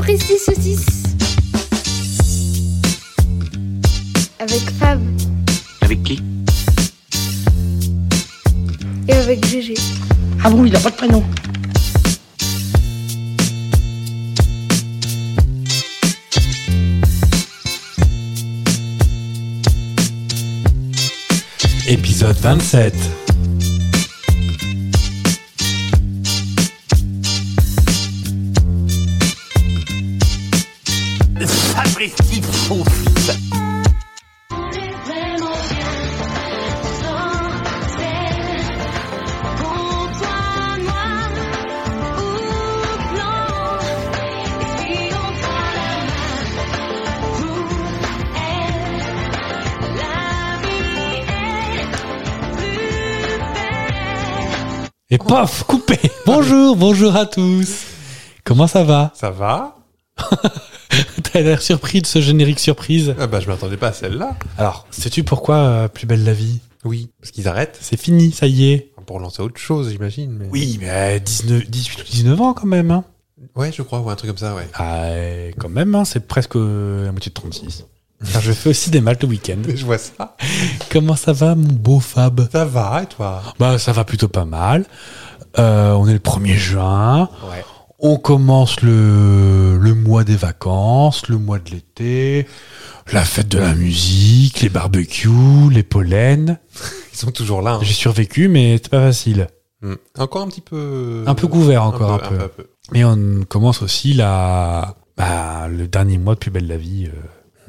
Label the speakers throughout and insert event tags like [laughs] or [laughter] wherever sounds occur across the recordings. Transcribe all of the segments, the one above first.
Speaker 1: Fristy Saucisse. Avec Fab
Speaker 2: Avec qui
Speaker 1: et avec Gégé.
Speaker 3: Ah bon, il a pas de prénom.
Speaker 4: Épisode 27.
Speaker 2: Sapristi saucisse.
Speaker 4: Et pof, coupé. [laughs] Bonjour, bonjour à tous. Comment ça va
Speaker 5: Ça va
Speaker 4: T'as l'air surpris de ce générique surprise.
Speaker 5: ah bah, Je m'attendais pas à celle-là.
Speaker 4: Alors, sais-tu pourquoi euh, Plus belle la vie
Speaker 5: Oui. Parce qu'ils arrêtent
Speaker 4: C'est fini, ça y est.
Speaker 5: Enfin, pour lancer autre chose, j'imagine. mais-
Speaker 4: Oui, mais 19, 18 ou 19 ans quand même. Hein.
Speaker 5: Ouais, je crois, ou un truc comme ça, ouais. [laughs]
Speaker 4: Ah, euh, quand même, hein, c'est presque euh, la moitié de 36. Car je fais aussi des maths le week-end.
Speaker 5: Je vois ça.
Speaker 4: Comment ça va, mon beau Fab
Speaker 5: Ça va, et toi
Speaker 4: Bah, ça va plutôt pas mal. Euh, on est le 1er juin.
Speaker 5: Ouais.
Speaker 4: On commence le, le mois des vacances, le mois de l'été, la fête de la musique, les barbecues, les pollens.
Speaker 5: Ils sont toujours là. hein.
Speaker 4: J'ai survécu, mais c'est pas facile.
Speaker 5: Hmm. Encore un petit peu...
Speaker 4: Un peu couvert encore Euh, un peu.
Speaker 5: Un peu,
Speaker 4: Mais on commence aussi la, bah, le dernier mois de plus belle la vie euh,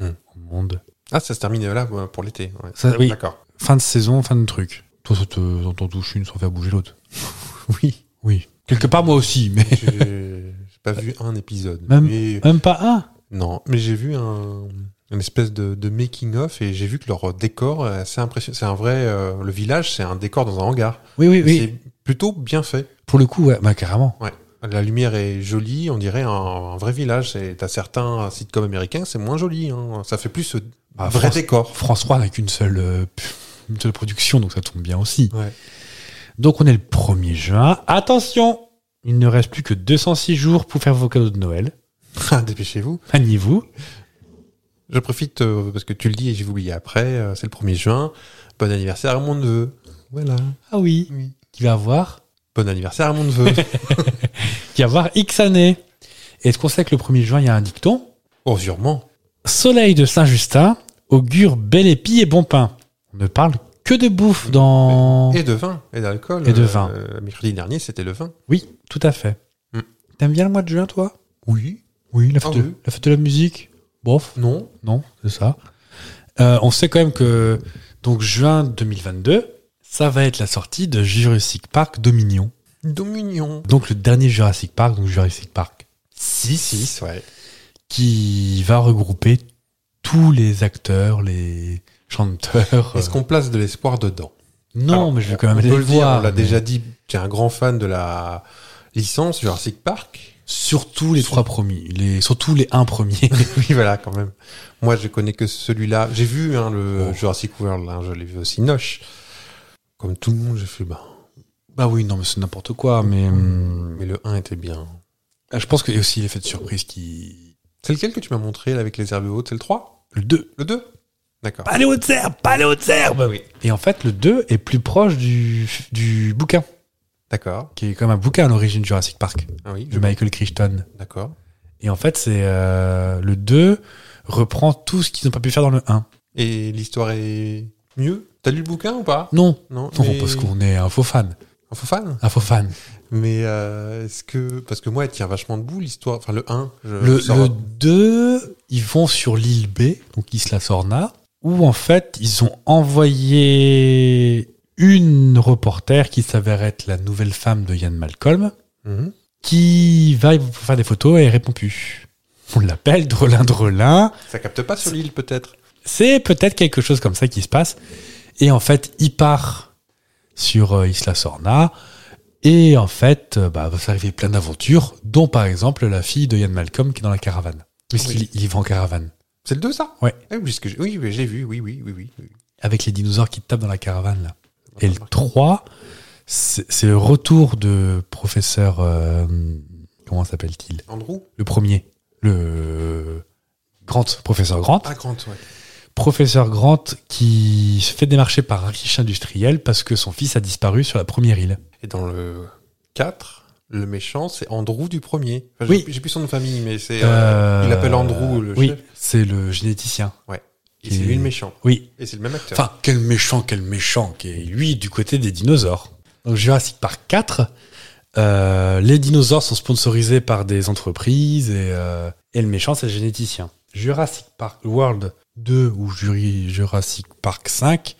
Speaker 5: Hmm.
Speaker 4: au monde.
Speaker 5: Ah, ça se termine là pour pour l'été. ouais.
Speaker 4: Ça, oui.
Speaker 5: D'accord. [laughs]
Speaker 4: Fin de saison, fin de truc. Toi, ça te- t'en touches une sans faire bouger l'autre. [laughs] oui. Oui. Quelque part, moi aussi, mais
Speaker 5: J'ai j'ai pas vu un épisode.
Speaker 4: Même-
Speaker 5: mais-
Speaker 4: même pas un.
Speaker 5: Non, mais j'ai vu un... Une espèce de, de making-of et j'ai vu que leur décor est assez impressionnant. C'est un vrai. euh, le village, c'est un décor dans un hangar.
Speaker 4: Oui, oui, oui.
Speaker 5: C'est plutôt bien fait.
Speaker 4: Pour le coup, ouais, bah, carrément.
Speaker 5: Ouais. La lumière est jolie, on dirait un, un vrai village. C'est- T'as certains sitcoms américains, c'est moins joli. hein. Ça fait plus euh,
Speaker 4: Ah,
Speaker 5: vrai
Speaker 4: France-
Speaker 5: décor. [laughs]
Speaker 4: France 3 n'a qu'une seule, euh, une seule production, donc ça tombe bien aussi.
Speaker 5: Ouais.
Speaker 4: Donc on est le 1er juin. Attention Il ne reste plus que 206 jours pour faire vos cadeaux de Noël. [laughs]
Speaker 5: Ah, Dépêchez-vous.
Speaker 4: Maniez-vous.
Speaker 5: Je profite, euh, parce que tu le dis et j'ai oublié après, euh, c'est le 1er juin. Bon anniversaire à mon neveu. Voilà.
Speaker 4: Ah oui,
Speaker 5: Oui.
Speaker 4: qui va avoir
Speaker 5: Bon anniversaire à mon
Speaker 4: [laughs]
Speaker 5: neveu.
Speaker 4: Qui va avoir X années. Est-ce qu'on sait que le 1er juin, il y a un dicton
Speaker 5: oh, sûrement.
Speaker 4: Soleil de Saint-Justin augure bel épi et bon pain. On ne parle que de bouffe dans...
Speaker 5: Et de vin, et d'alcool.
Speaker 4: Et de vin.
Speaker 5: Euh, mercredi dernier, c'était le vin.
Speaker 4: Oui, tout à fait.
Speaker 5: Mm.
Speaker 4: T'aimes bien le mois de juin, toi
Speaker 5: Oui.
Speaker 4: Oui, la
Speaker 5: Ah
Speaker 4: fête, de-
Speaker 5: oui.
Speaker 4: la fête de la musique. Bof.
Speaker 5: Non.
Speaker 4: Non, c'est ça. Euh, on sait quand même que donc juin 2022, ça va être la sortie de Jurassic Park Dominion.
Speaker 5: Dominion.
Speaker 4: Donc le dernier Jurassic Park, donc Jurassic Park 6,
Speaker 5: 6, ouais.
Speaker 4: qui va regrouper tous les acteurs, les chanteurs.
Speaker 5: Est-ce
Speaker 4: euh,
Speaker 5: qu'on place de l'espoir dedans
Speaker 4: Non,
Speaker 5: Alors,
Speaker 4: mais je vais quand même
Speaker 5: On
Speaker 4: aller
Speaker 5: peut
Speaker 4: le
Speaker 5: le dire,
Speaker 4: voir.
Speaker 5: on l'a
Speaker 4: mais
Speaker 5: déjà dit, tu es un grand fan de la licence Jurassic Park.
Speaker 4: Surtout les trois premiers, les, surtout les un premiers.
Speaker 5: oui, voilà, quand même. Moi, je connais que celui-là. J'ai vu hein, le
Speaker 4: Oh.
Speaker 5: Jurassic World, hein, je l'ai vu aussi noche. Comme tout le monde, j'ai fait, bah,
Speaker 4: bah oui, non, mais c'est n'importe quoi. Mais hum,
Speaker 5: mais le 1 était bien.
Speaker 4: je pense qu'il y a aussi l'effet de surprise qui.
Speaker 5: C'est lequel que tu m'as montré là, avec les herbes hautes C'est le 3
Speaker 4: Le 2.
Speaker 5: Le 2 D'accord.
Speaker 4: Pas les hautes herbes, pas les hautes herbes
Speaker 5: oui.
Speaker 4: Et en fait, le 2 est plus proche du, du bouquin,
Speaker 5: D'accord.
Speaker 4: qui est comme un bouquin à l'origine Jurassic Park,
Speaker 5: Ah oui,
Speaker 4: de
Speaker 5: je...
Speaker 4: Michael Crichton.
Speaker 5: d'accord.
Speaker 4: Et en fait, c'est euh, le 2 reprend tout ce qu'ils n'ont pas pu faire dans le 1.
Speaker 5: Et l'histoire est mieux T'as lu le bouquin ou pas
Speaker 4: Non,
Speaker 5: Non,
Speaker 4: non
Speaker 5: mais-
Speaker 4: parce qu'on est un faux fan.
Speaker 5: Un faux fan
Speaker 4: Un faux fan.
Speaker 5: Mais euh, est-ce que... Parce que moi, elle tient vachement debout, l'histoire... Enfin, le 1, je...
Speaker 4: Le,
Speaker 5: ça
Speaker 4: le
Speaker 5: va-
Speaker 4: 2, ils vont sur l'île B, donc Isla Sorna, où en fait, ils ont envoyé une reporter qui s'avère être la nouvelle femme de Ian Malcolm,
Speaker 5: Mhm.
Speaker 4: qui va faire des photos et répond plus. On l'appelle Drolin Drolin.
Speaker 5: Ça capte pas sur l'île peut-être.
Speaker 4: C'est peut-être quelque chose comme ça qui se passe. Et en fait, il part sur euh, Isla Sorna. Et en fait, euh, bah, va s'arriver plein d'aventures, dont par exemple la fille de Ian Malcolm qui est dans la caravane. Puisqu'il
Speaker 5: Oui.
Speaker 4: il y va en caravane.
Speaker 5: C'est le 2 ça
Speaker 4: Ouais.
Speaker 5: Ah oui, parce que j'ai- oui, oui, j'ai vu, oui, oui, oui, oui. oui.
Speaker 4: Avec les dinosaures qui tapent dans la caravane, là. Et le
Speaker 5: Remarque.
Speaker 4: 3, c'est c'est le retour de professeur. euh, comment s'appelle-t-il
Speaker 5: Andrew
Speaker 4: Le premier. le Grant, professeur Grant.
Speaker 5: Ah, Grant, ouais.
Speaker 4: Professeur Grant qui se fait démarcher par un riche industriel parce que son fils a disparu sur la première île.
Speaker 5: Et dans le 4, le méchant, c'est Andrew du premier. Enfin,
Speaker 4: Oui.
Speaker 5: j'ai- J'ai plus son nom de famille, mais c'est. euh,
Speaker 4: Euh,
Speaker 5: il l'appelle Andrew, le
Speaker 4: Oui,
Speaker 5: chef.
Speaker 4: c'est le généticien.
Speaker 5: Et c'est lui le méchant.
Speaker 4: Oui.
Speaker 5: Et c'est le même acteur.
Speaker 4: Enfin, quel méchant, quel méchant, qui est lui du côté des dinosaures. Donc Jurassic Park 4, euh, les dinosaures sont sponsorisés par des entreprises et, euh, et le méchant, c'est le généticien. Jurassic Park World 2 ou Juri- Jurassic Park 5,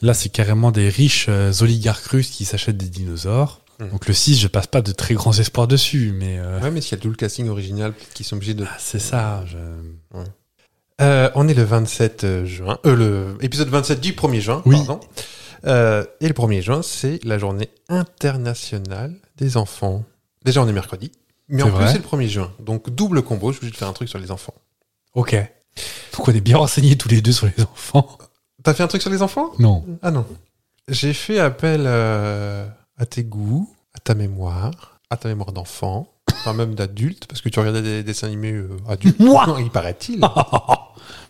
Speaker 4: là, c'est carrément des riches euh, oligarques russes qui s'achètent des dinosaures.
Speaker 5: Mhm.
Speaker 4: Donc le 6, je passe pas de très grands espoirs dessus, mais euh,
Speaker 5: ouais, mais s'il y a tout le casting original, peut-être qu'ils sont obligés de.
Speaker 4: ah, c'est ça. je-
Speaker 5: Euh, on est le 27 juin. Euh, le épisode 27 du 1er juin,
Speaker 4: Oui.
Speaker 5: pardon. Euh, et le 1er juin, c'est la journée internationale des enfants. Déjà, on est mercredi. Mais en
Speaker 4: C'est vrai.
Speaker 5: plus, c'est le 1er juin. Donc, double combo. Je suis obligé de faire un truc sur les enfants.
Speaker 4: Ok. Donc on est bien renseignés tous les deux sur les enfants.
Speaker 5: T'as fait un truc sur les enfants
Speaker 4: Non.
Speaker 5: Ah non. J'ai fait appel euh, à tes goûts, à ta mémoire, à ta mémoire d'enfant, enfin même d'adulte, parce que tu regardais des dessins animés euh, adultes.
Speaker 4: Moi
Speaker 5: [laughs] Il paraît-il.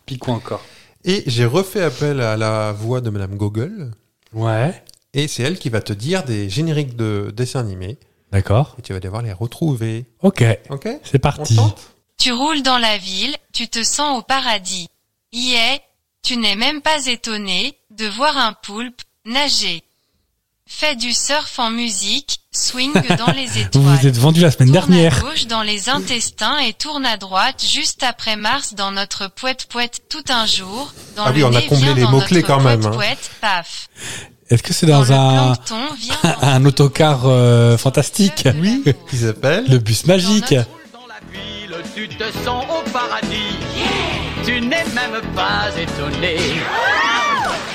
Speaker 4: Pique encore.
Speaker 5: Et j'ai refait appel à la voix de Madame Gogol,
Speaker 4: Ouais.
Speaker 5: et c'est elle qui va te dire des génériques de dessins animés,
Speaker 4: D'accord.
Speaker 5: et tu vas devoir les retrouver.
Speaker 4: Ok.
Speaker 5: Ok
Speaker 4: C'est
Speaker 5: On
Speaker 4: parti.
Speaker 5: tente
Speaker 6: Tu roules dans la ville, tu te sens au paradis. Y est, tu n'es même pas étonné de voir un poulpe nager. Fais du surf en musique, swing dans les
Speaker 4: Vous
Speaker 6: étoiles.
Speaker 4: vous êtes vendu la semaine
Speaker 6: tourne
Speaker 4: dernière.
Speaker 6: à gauche dans les intestins et tourne à droite juste après Mars dans notre poète poète tout un jour. Dans
Speaker 5: Ah oui,
Speaker 6: le
Speaker 5: on a
Speaker 6: nez
Speaker 5: comblé
Speaker 6: vient
Speaker 5: les
Speaker 6: dans
Speaker 5: mots-clés
Speaker 6: notre
Speaker 5: quand même,
Speaker 6: poète
Speaker 5: hein.
Speaker 6: poète, paf.
Speaker 4: Est-ce que c'est
Speaker 6: Dans,
Speaker 4: dans,
Speaker 6: le
Speaker 4: un,
Speaker 6: plancton vient
Speaker 4: un autocar euh, fantastique
Speaker 6: Oui.
Speaker 5: Ils appellent
Speaker 4: Le bus magique
Speaker 7: Dans la ville, tu te sens au paradis. Tu n'es même pas étonné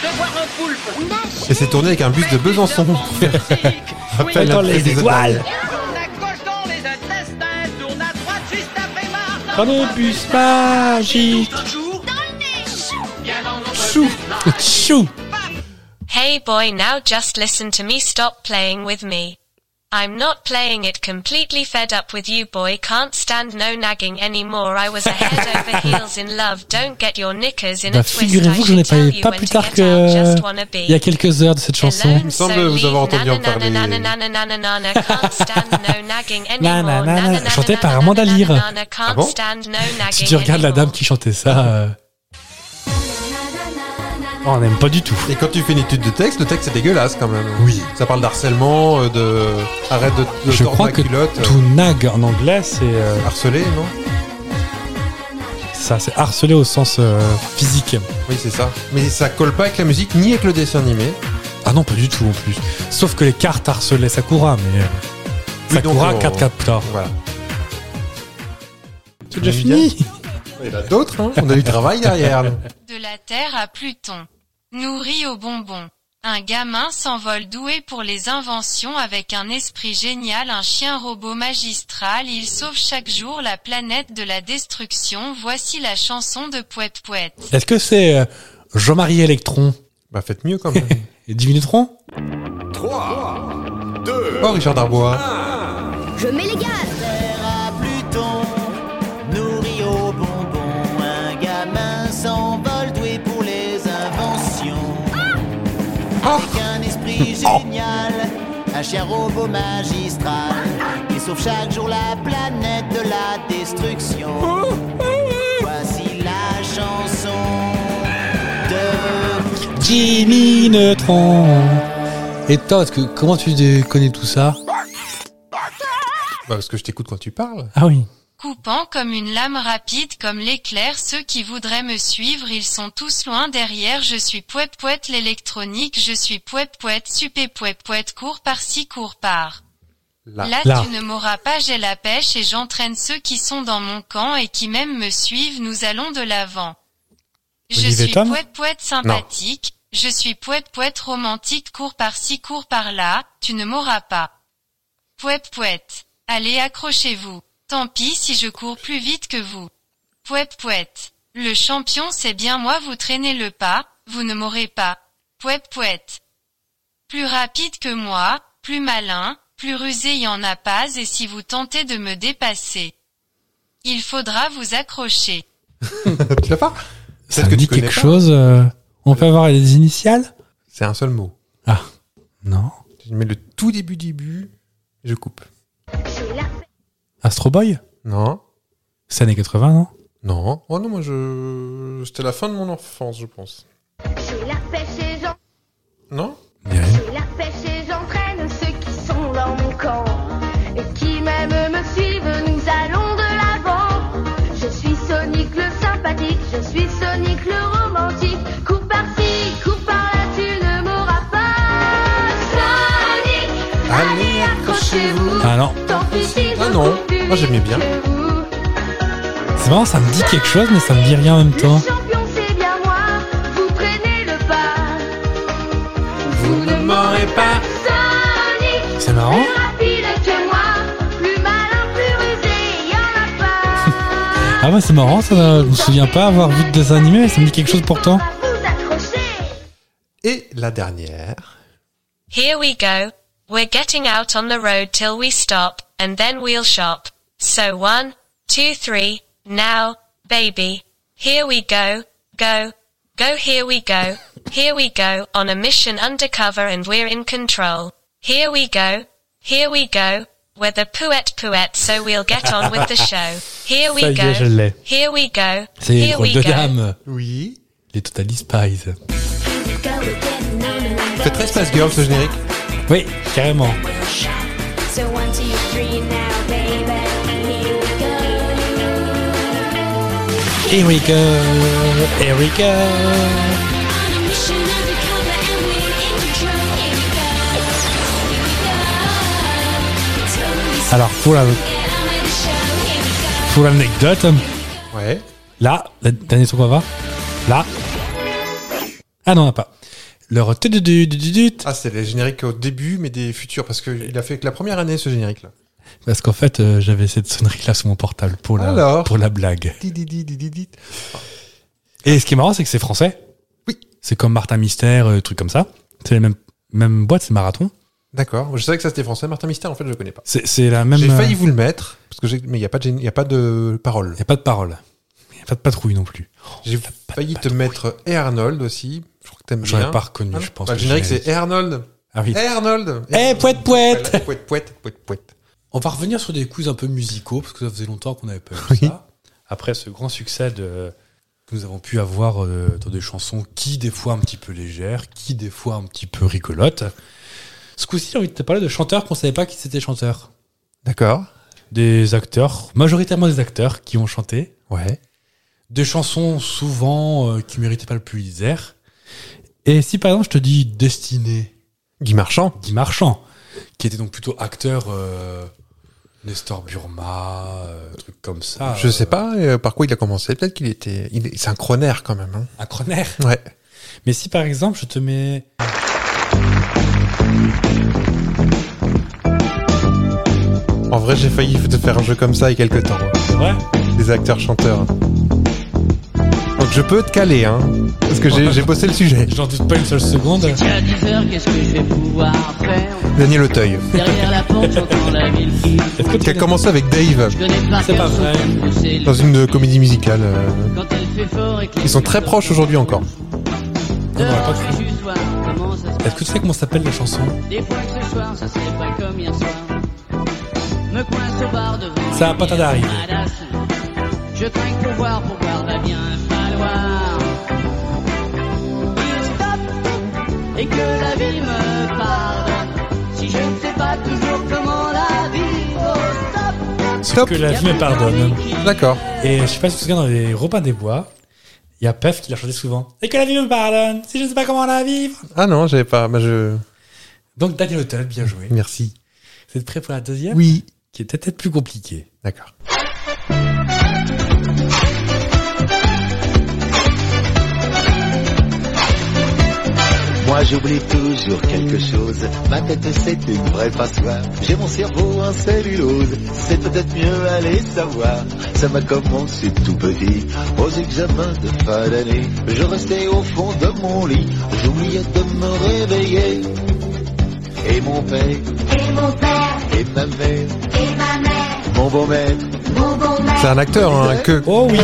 Speaker 7: de voir un poulpe.
Speaker 5: Et c'est tourné avec un bus Ah. de Besançon pour faire [laughs] appel
Speaker 4: dans
Speaker 5: à
Speaker 4: les
Speaker 5: des
Speaker 4: étoiles.
Speaker 7: Tourne à gauche dans les intestins, tourne à droite juste après Mars.
Speaker 4: Dans le bus magique Chou Chou
Speaker 6: Hey boy, now just listen to me, stop playing with me. I'm not playing it completely fed up with you, boy. Can't stand no nagging anymore. I was a head
Speaker 4: [laughs]
Speaker 6: over heels in love. Don't get your knickers in
Speaker 4: Bah,
Speaker 6: a twist.
Speaker 4: figurez-vous
Speaker 6: I
Speaker 4: que je
Speaker 6: should
Speaker 4: n'ai pas-
Speaker 6: tell you
Speaker 4: pas
Speaker 6: when
Speaker 4: plus
Speaker 6: to
Speaker 4: tard
Speaker 6: get
Speaker 4: que-
Speaker 6: out, just wanna be.
Speaker 4: Il y a quelques heures de cette chanson.
Speaker 6: Alone,
Speaker 5: me semble
Speaker 6: so
Speaker 5: vous avoir
Speaker 6: leave.
Speaker 5: entendu en parler.
Speaker 6: Nanana, nanana, nanana, can't stand no nagging anymore.
Speaker 4: Nanana,
Speaker 6: Nanana,
Speaker 4: chanté par
Speaker 6: nanana,
Speaker 4: Amanda Lear.
Speaker 6: nanana, can't
Speaker 5: Ah bon
Speaker 6: stand no
Speaker 4: Si
Speaker 6: nagging
Speaker 4: tu regardes la
Speaker 6: anymore.
Speaker 4: dame qui chantait ça, euh, on n'aime pas du tout.
Speaker 5: Et quand tu fais une étude de texte, le texte est dégueulasse quand même.
Speaker 4: Oui.
Speaker 5: Ça parle d'harcèlement, euh, de arrête de, de
Speaker 4: Je
Speaker 5: tordre
Speaker 4: crois
Speaker 5: la
Speaker 4: que
Speaker 5: culotte, euh,
Speaker 4: tout nag en anglais, c'est euh,
Speaker 5: harcelé, non
Speaker 4: ça, c'est harcelé au sens euh, physique.
Speaker 5: Oui, c'est ça. Mais ça colle pas avec la musique ni avec le dessin animé.
Speaker 4: Ah non, pas du tout en plus. Sauf que les cartes harcelaient Sakura, mais. euh,
Speaker 5: Oui,
Speaker 4: Sakura,
Speaker 5: donc, on-
Speaker 4: 4 captors.
Speaker 5: Voilà.
Speaker 4: C'est déjà
Speaker 5: J'aime
Speaker 4: fini
Speaker 5: Il y en a d'autres, hein. on a du travail derrière. nous.
Speaker 6: De la Terre à Pluton. Nourri aux bonbons. Un gamin s'envole doué pour les inventions avec un esprit génial, un chien robot magistral, il sauve chaque jour la planète de la destruction, voici la chanson de Poète Poète.
Speaker 4: Est-ce que c'est euh, Jean-Marie Electron
Speaker 5: Bah faites mieux quand même.
Speaker 4: et Divinutron
Speaker 2: 3, 2,
Speaker 5: Oh Richard Darbois.
Speaker 1: Je mets les gaz
Speaker 8: à Pluton, nourri aux bonbons, un gamin s'envole doué pour les inventions. Avec un esprit génial, un chien robot magistral, qui sauve chaque jour la planète de la destruction. Voici la chanson de
Speaker 4: Jimmy Neutron Et toi, est-ce que, comment tu dé- connais tout ça
Speaker 5: Bah, parce que je t'écoute quand tu parles.
Speaker 4: Ah oui.
Speaker 6: Coupant comme une lame rapide comme l'éclair, ceux qui voudraient me suivre, ils sont tous loin derrière. Je suis Poète Poète l'électronique, je suis Poète Poète super Poète Poète court par-ci court par.
Speaker 5: Là.
Speaker 6: Là,
Speaker 4: Là.
Speaker 6: tu ne m'auras pas, j'ai la pêche et j'entraîne ceux qui sont dans mon camp et qui même me suivent, nous allons de l'avant. Je
Speaker 4: Olivier
Speaker 6: suis
Speaker 4: Tom
Speaker 6: poète poète sympathique, je suis poète poète romantique, cours par-ci, cours par-là, tu ne m'auras pas. Poète poète, allez accrochez-vous, tant pis si je cours plus vite que vous. Poète poète, le champion c'est bien moi, vous traînez le pas, vous ne m'aurez pas. Poète poète. Plus rapide que moi, plus malin, plus rusé y en a pas et si vous tentez de me dépasser.
Speaker 9: Il faudra vous accrocher.
Speaker 5: [laughs] tu l'as pas
Speaker 4: Ça
Speaker 5: Peut-être que
Speaker 4: me dit
Speaker 5: tu connais
Speaker 4: quelque
Speaker 5: pas.
Speaker 4: chose euh, On peut avoir les initiales
Speaker 5: C'est un seul mot.
Speaker 4: Ah, non.
Speaker 5: Je mets le tout début début, et je coupe.
Speaker 4: Astro Boy
Speaker 5: Non.
Speaker 4: C'est années 80, non
Speaker 5: Non. Oh non, moi je. C'était la fin de mon enfance, je pense.
Speaker 10: Je la pêche et j'en-
Speaker 5: Non
Speaker 4: On dirait.
Speaker 10: je la pêche et j'entraîne ceux qui sont dans mon camp et qui m'aiment me suivent, nous allons de l'avant. Je suis Sonic le sympathique, je suis Sonic le romantique. Coup par-ci, coup par-là, tu ne mourras pas. Sonic,
Speaker 5: Allez,
Speaker 10: allez, accrochez-vous.
Speaker 4: Ah non.
Speaker 10: Tant pis si
Speaker 5: Ah
Speaker 10: je
Speaker 5: non.
Speaker 10: cours plus
Speaker 5: Moi, j'aimais
Speaker 10: vite
Speaker 5: bien.
Speaker 10: que vous.
Speaker 4: C'est marrant, ça me dit quelque chose, mais ça me dit rien en même
Speaker 10: Le
Speaker 4: temps.
Speaker 10: champion, c'est bien moi. Vous prenez le pas. Vous ne m'aurez pas. Sonic,
Speaker 4: C'est marrant
Speaker 10: plus rapide que moi. Plus malin, plus rusé, y en a pas.
Speaker 4: [laughs] Ah ouais, c'est marrant, ça, je me souviens pas avoir vu de dessin animé, mais ça me dit quelque chose pourtant.
Speaker 10: On va vous accrocher.
Speaker 5: Et la dernière.
Speaker 9: Here we go. We're getting out on the road till we stop, and then we'll shop. So one, two, three, now, baby. Here we go, go, go, here we go, here we go, on a mission undercover and we're in control. Here we go, here we go, we're the pouet pouet so we'll get on with the show. Here
Speaker 4: Ça
Speaker 9: we
Speaker 4: y est,
Speaker 9: go,
Speaker 4: je l'ai.
Speaker 9: here we go,
Speaker 6: Eh
Speaker 4: C'est les
Speaker 9: here
Speaker 4: drôles
Speaker 9: we
Speaker 4: de
Speaker 9: go.
Speaker 4: dame,
Speaker 5: Oui.
Speaker 4: les Totally Spies.
Speaker 5: C'est très Space Girl ce générique.
Speaker 4: Oui, carrément.
Speaker 10: So one, two, three, now, baby. Here we go.
Speaker 4: Here we go, here we go. Alors, pour la, pour l'anecdote,
Speaker 5: Ouais.
Speaker 4: là, le dernier truc qu'on va voir, là. Ah non, on n'a pas. Leur tudududududut,
Speaker 5: Ah, c'est les génériques au début, mais des futurs, parce qu'il a fait que la première année ce générique-là.
Speaker 4: parce qu'en fait, euh, j'avais cette sonnerie là sur mon portable pour la,
Speaker 5: Alors
Speaker 4: pour la blague.
Speaker 5: Di, di, di, di, di, di.
Speaker 4: Et ce qui est marrant, c'est que c'est français.
Speaker 5: Oui.
Speaker 4: C'est comme Martin Mystère, euh, trucs comme ça. C'est la même, même boîte, c'est Marathon.
Speaker 5: D'accord. Je savais que ça c'était français. Martin Mystère, en fait, je le connais pas.
Speaker 4: C'est c'est la même.
Speaker 5: J'ai failli
Speaker 4: euh,
Speaker 5: vous le mettre, parce que j'ai- mais il n'y a, pas de gén- il y a pas de parole.
Speaker 4: Il n'y a pas de parole. Il n'y a pas de patrouille non plus.
Speaker 5: J'ai
Speaker 4: pas de
Speaker 5: failli te
Speaker 4: patrouille.
Speaker 5: mettre Et Arnold aussi. Je crois que t'aimes bien.
Speaker 4: J'aurais pas reconnu,
Speaker 5: Ah non
Speaker 4: je pense.
Speaker 5: Bah,
Speaker 4: que
Speaker 5: le générique,
Speaker 4: j'aurais-
Speaker 5: c'est Et Arnold.
Speaker 4: Ah oui.
Speaker 5: Et Arnold.
Speaker 4: Eh, pouette, pouette.
Speaker 5: Voilà, Pouette, pouette, pouette, pouette.
Speaker 4: On va revenir sur des coups un peu musicaux, parce que ça faisait longtemps qu'on n'avait pas eu ça. Après ce grand succès de- que nous avons pu avoir euh, dans des chansons qui, des fois, un petit peu légères, qui, des fois, un petit peu rigolotes. Ce coup-ci, j'ai envie de te parler de chanteurs qu'on ne savait pas qui c'était chanteurs.
Speaker 5: D'accord.
Speaker 4: Des acteurs, majoritairement des acteurs qui ont chanté.
Speaker 5: Ouais.
Speaker 4: Des chansons souvent euh, qui ne méritaient pas le Pulitzer. Et si par exemple je te dis Destinée,
Speaker 5: Guy Marchand.
Speaker 4: Guy Marchand, qui était donc plutôt acteur euh, Nestor Burma, euh, truc comme ça.
Speaker 5: je sais
Speaker 4: euh,
Speaker 5: pas euh, par quoi il a commencé. Peut-être qu'il était. il est- C'est un chronaire quand même. hein.
Speaker 4: euh, Un chronaire.
Speaker 5: Ouais.
Speaker 4: Mais si par exemple je te mets.
Speaker 5: En vrai, j'ai failli te faire un jeu comme ça il y a quelques temps.
Speaker 4: Ouais.
Speaker 5: Des acteurs-chanteurs. Donc je peux te caler, hein. Parce que j'ai j'ai bossé le sujet. [laughs]
Speaker 4: Je n'en doute pas une seule seconde.
Speaker 11: À 10 heures, qu'est-ce que je vais pouvoir faire
Speaker 5: Daniel Auteuil.
Speaker 11: Derrière la porte, j'entends la ville qui
Speaker 4: Est-ce que
Speaker 5: Qui a
Speaker 4: tu
Speaker 5: commencé avec Dave.
Speaker 11: connaît par
Speaker 4: C'est pas
Speaker 11: cœur son
Speaker 4: vrai.
Speaker 11: truc, où c'est
Speaker 5: Dans une comédie musicale. euh,
Speaker 11: Quand elle fait fort et que les
Speaker 5: Ils sont très proches aujourd'hui encore.
Speaker 4: Non, non, attends.
Speaker 11: Dehors, il fait juste soir, comment ça se
Speaker 4: Est-ce que
Speaker 11: passe
Speaker 4: tu sais comment s'appelle la chanson
Speaker 11: Des fois que ce soir, ça serait pas comme hier soir. Me coince au bar devant.
Speaker 4: Ça va
Speaker 11: une
Speaker 4: pas tarder
Speaker 11: bière
Speaker 4: à arriver.
Speaker 11: badass. Je crains pour voir, pour voir va bien falloir. Dire stop et que la vie me pardonne. Si je ne sais pas toujours comment la vivre, oh, stop.
Speaker 5: Stop.
Speaker 4: Que la vie me pardonne.
Speaker 5: D'accord.
Speaker 4: Et je sais pas si tu te souviens dans les Robins des Bois, il y a Pef qui l'a chanté souvent. Et que la vie me pardonne, si je ne sais pas comment la vivre.
Speaker 5: Ah non, j'avais pas. Bah je.
Speaker 4: Donc Daniel Hotel, bien joué.
Speaker 5: Merci.
Speaker 4: Vous êtes prêt pour la deuxième
Speaker 5: Oui.
Speaker 4: Qui était peut-être plus compliquée.
Speaker 5: D'accord.
Speaker 12: Moi j'oublie toujours quelque chose, ma tête c'est une vraie passoire, j'ai mon cerveau en cellulose, c'est peut-être mieux à les savoir, ça m'a commencé tout petit, aux examens de fin d'année, je restais au fond de mon lit, j'oubliais de me réveiller, et mon père,
Speaker 10: Et mon père,
Speaker 12: et ma
Speaker 10: et
Speaker 12: mère,
Speaker 10: ma mère,
Speaker 12: Mon bon maître,
Speaker 5: C'est un acteur, hein, que.
Speaker 4: Oh oui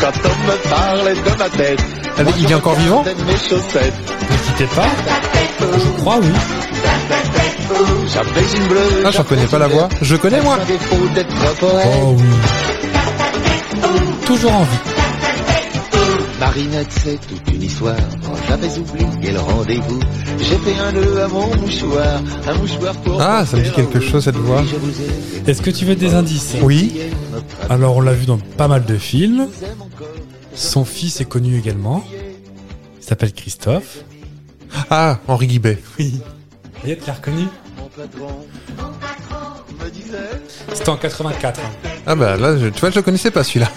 Speaker 12: quand on me parle de ma tête.
Speaker 5: Ah, mais il est encore vivant
Speaker 12: de mes chaussettes.
Speaker 4: Ne quittez pas. Je crois, oui.
Speaker 12: J'avais une bleue.
Speaker 5: Ah, je reconnais pas la voix. Je connais, moi
Speaker 12: Un défaut d'être poète.
Speaker 4: Oh oui. Toujours en vie.
Speaker 12: Marinette, c'est toute une histoire. Moi, J'avais oublié le rendez-vous. J'ai fait un nœud à mon mouchoir. Un mouchoir pour.
Speaker 5: Ah, ça me dit quelque chose, cette voix.
Speaker 4: Est-ce que tu veux des indices
Speaker 5: Oui.
Speaker 4: Alors, on l'a vu dans pas mal de films. Son fils est connu également. Il s'appelle Christophe.
Speaker 5: Ah, Henri Guibet.
Speaker 4: Oui. Et tu l'as reconnu C'était en 84. hein.
Speaker 5: Ah bah là, je- tu vois, je le connaissais pas celui-là.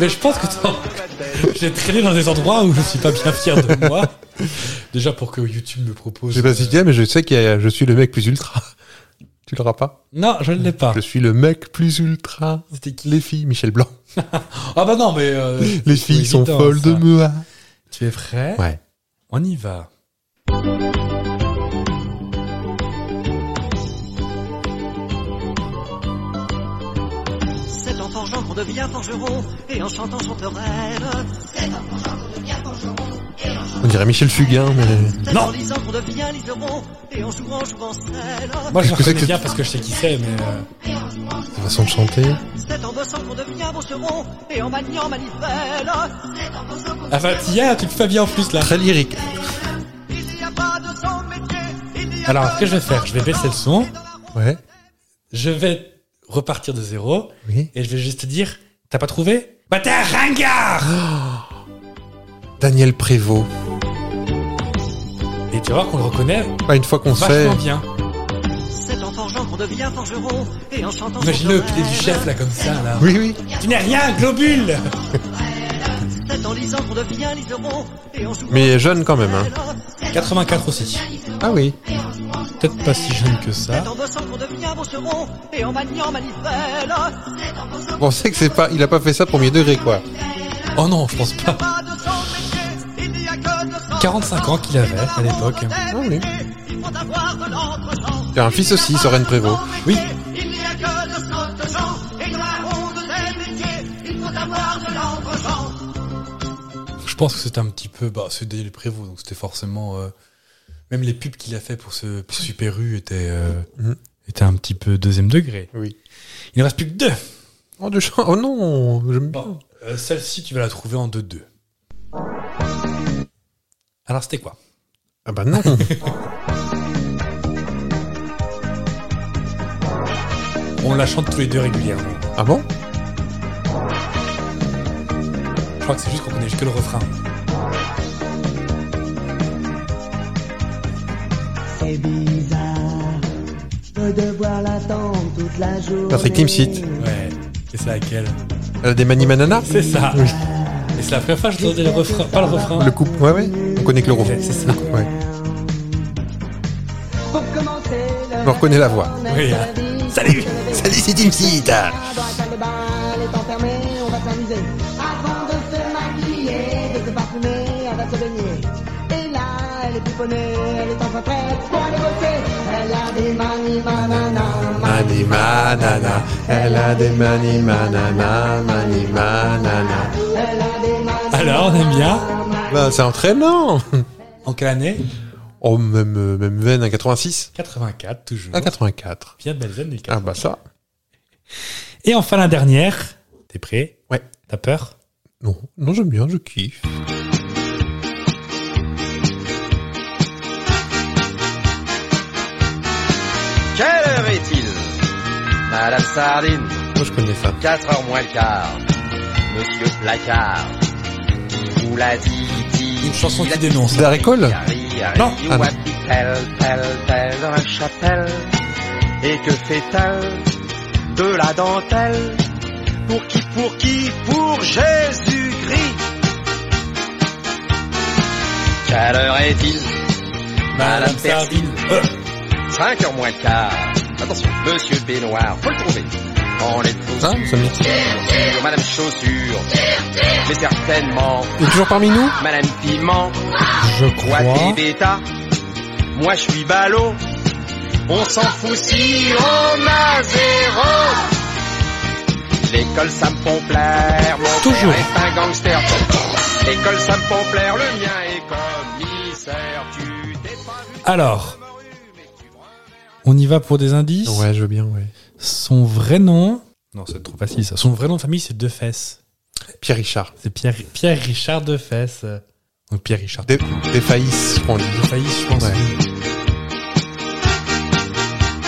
Speaker 4: Mais je pense que t'en- [laughs] j'ai traîné dans des endroits où je suis pas bien fier de moi. Déjà pour que YouTube me propose. euh,
Speaker 5: Je sais pas Eh ben, si tu dis, mais je sais que je suis le mec plus ultra. Tu l'auras pas
Speaker 4: Non, je ne l'ai pas.
Speaker 5: Je suis le mec plus ultra.
Speaker 4: C'était qui
Speaker 5: Les filles, Michel Blanc.
Speaker 4: Ah bah non, mais. euh,
Speaker 5: Les filles
Speaker 4: oui,
Speaker 5: sont
Speaker 4: évident,
Speaker 5: folles
Speaker 4: ça.
Speaker 5: de moi.
Speaker 4: Tu es prêt
Speaker 5: Ouais.
Speaker 4: On y va.
Speaker 11: C'est en forgeant qu'on devient forgeron, et en chantant chante le rêve.
Speaker 5: On dirait Michel Fugain, mais.
Speaker 11: C'est
Speaker 4: Non.
Speaker 11: en lisant qu'on devient liseron, et en jouant on joue en selle.
Speaker 4: Moi, je
Speaker 5: Qu'est-ce que c'est
Speaker 4: reconnais
Speaker 5: que-
Speaker 4: bien parce que je sais qui c'est, mais. euh,
Speaker 5: La façon de chanter.
Speaker 11: C'est en bossant qu'on devient bosseron, et en maniant manivelle.
Speaker 4: Ah bah, tiens, tu le fais bien en plus là.
Speaker 5: Très lyrique.
Speaker 11: Il n'y a pas de son métier, il n'y a
Speaker 4: Alors,
Speaker 11: que
Speaker 4: ce que je vais faire, je vais baisser le son,
Speaker 5: Ouais.
Speaker 4: je vais repartir de zéro,
Speaker 5: Oui.
Speaker 4: et je vais juste te dire T'as pas trouvé Bah, t'es un ringard
Speaker 5: Daniel Prévost.
Speaker 4: Et tu vas voir qu'on le reconnaît
Speaker 5: Ah, une fois qu'on sait.
Speaker 4: vachement bien.
Speaker 11: C'est en forgeant qu'on devient forgeron, et en chantant
Speaker 4: Imagine-le,
Speaker 11: chante
Speaker 4: pied du chef là, comme ça là.
Speaker 5: Oui, oui.
Speaker 4: Tu n'es rien, globule
Speaker 11: rêve. C'est en lisant qu'on devient liseron, et en jouant
Speaker 5: Mais jeune quand même, hein.
Speaker 4: 84 aussi.
Speaker 5: Ah oui.
Speaker 4: Peut-être pas si jeune que ça.
Speaker 11: C'est en bossant qu'on devient bosseron, et en maniant manivelle.
Speaker 5: On sait que c'est pas. Il a pas fait ça premier degré, quoi.
Speaker 4: Oh non, je pense pas.
Speaker 11: Pas de son métier, il n'y a que de son
Speaker 4: 45 ans qu'il avait à l'époque.
Speaker 5: Ah oui.
Speaker 11: Il faut avoir de l'entrechamp.
Speaker 5: Il a un fils aussi, Soren Prévost.
Speaker 4: Oui.
Speaker 11: Il n'y a que de son de champ, et dans la ronde des métiers, il faut avoir de l'entrechamp.
Speaker 4: Je pense que c'était un petit peu. Bah, c'est Daniel Prévost, donc c'était forcément. euh, même les pubs qu'il a fait pour ce pour Super U étaient, euh,
Speaker 5: Mhm.
Speaker 4: étaient un petit peu deuxième degré.
Speaker 5: Oui.
Speaker 4: Il ne reste plus que deux.
Speaker 5: Oh, de chant. Oh non. j'aime bien.
Speaker 4: Bon, euh, celle-ci, tu vas la trouver en 2-2. Alors, c'était quoi
Speaker 5: Ah bah non.
Speaker 4: On la chante tous les deux régulièrement.
Speaker 5: [laughs] ah bon
Speaker 4: Je crois que c'est juste qu'on connaît juste que le refrain.
Speaker 8: C'est bizarre de devoir l'attendre toute la journée.
Speaker 5: Patrick Timsit.
Speaker 4: Ouais. Et c'est laquelle
Speaker 5: Elle a des mani manana
Speaker 4: C'est ça. Et c'est la première fois que je entendais le refrain. Pas le refrain.
Speaker 5: Le couple. Ouais, ouais. On connaît que le refrain.
Speaker 4: Ouais, c'est ça.
Speaker 5: Ouais.
Speaker 8: Pour commencer le
Speaker 5: On reconnaît la voix.
Speaker 4: Oui, hein.
Speaker 8: Salut
Speaker 5: Salut, c'est Timsit.
Speaker 8: La boîte à balle est enfermée, on va s'amuser. Avant de se maquiller, de se parfumer, elle va se baigner. Et là, elle est pouponnée, elle est enfin prête pour aller bosser. Elle a des mani manana,
Speaker 5: Mani manana. Elle a des mani manana. Mani manana.
Speaker 8: elle a des mani
Speaker 4: Alors, on aime bien.
Speaker 5: Bah, c'est entraînant.
Speaker 4: En quelle année
Speaker 5: [laughs] Oh, même, euh, même veine, à 86.
Speaker 4: 84, toujours.
Speaker 5: À 84.
Speaker 4: Bien belle zone,
Speaker 5: Ah bah ça.
Speaker 4: Et enfin, la dernière. T'es prêt
Speaker 5: Ah. Ouais.
Speaker 4: T'as peur
Speaker 5: Non, non j'aime bien, je kiffe.
Speaker 7: Quelle heure est-il Madame Sardine,
Speaker 5: Moi, je connais ça.
Speaker 7: 4 heures moins le quart. Monsieur Placard, qui vous l'a dit, dit.
Speaker 4: Une chanson
Speaker 7: il a
Speaker 4: qui
Speaker 7: dit,
Speaker 4: dénonce.
Speaker 5: La récolte
Speaker 7: Harry, Harry,
Speaker 4: Non.
Speaker 5: Ah, non.
Speaker 7: Wapi, pelle, pelle, pelle dans la chapelle. Et que fait-elle de la dentelle Pour qui, pour qui, pour Jésus-Christ Quelle heure est-il Madame Sardine.
Speaker 4: Euh,
Speaker 7: 5 heures moins le quart. Attention, Monsieur Baignoire, faut le trouver. On est tous
Speaker 5: Ça, ça me dit.
Speaker 7: sur Madame Chaussure, mais certainement
Speaker 5: Il est toujours parmi nous
Speaker 7: Madame Piment.
Speaker 4: je
Speaker 7: Moi
Speaker 4: crois.
Speaker 7: t'es bêta, moi je suis ballot, On s'en fout si on a zéro. L'école, ça me font plaire. Mon
Speaker 4: Toujours.
Speaker 7: père est un gangster. L'école, ça me font plaire. Le mien est commissaire. Tu t'es pas vu.
Speaker 4: Alors, on y va pour des indices.
Speaker 5: Ouais, je veux bien, ouais.
Speaker 4: Son vrai nom. Non, c'est trop facile ça. Son vrai nom de famille, c'est Defesse.
Speaker 5: Pierre Richard.
Speaker 4: C'est Pierre, Pierre Richard Defesse. Donc Pierre Richard.
Speaker 5: Des, des faillisses, je crois. on dit.
Speaker 4: Faillis, je pense.
Speaker 5: Ouais.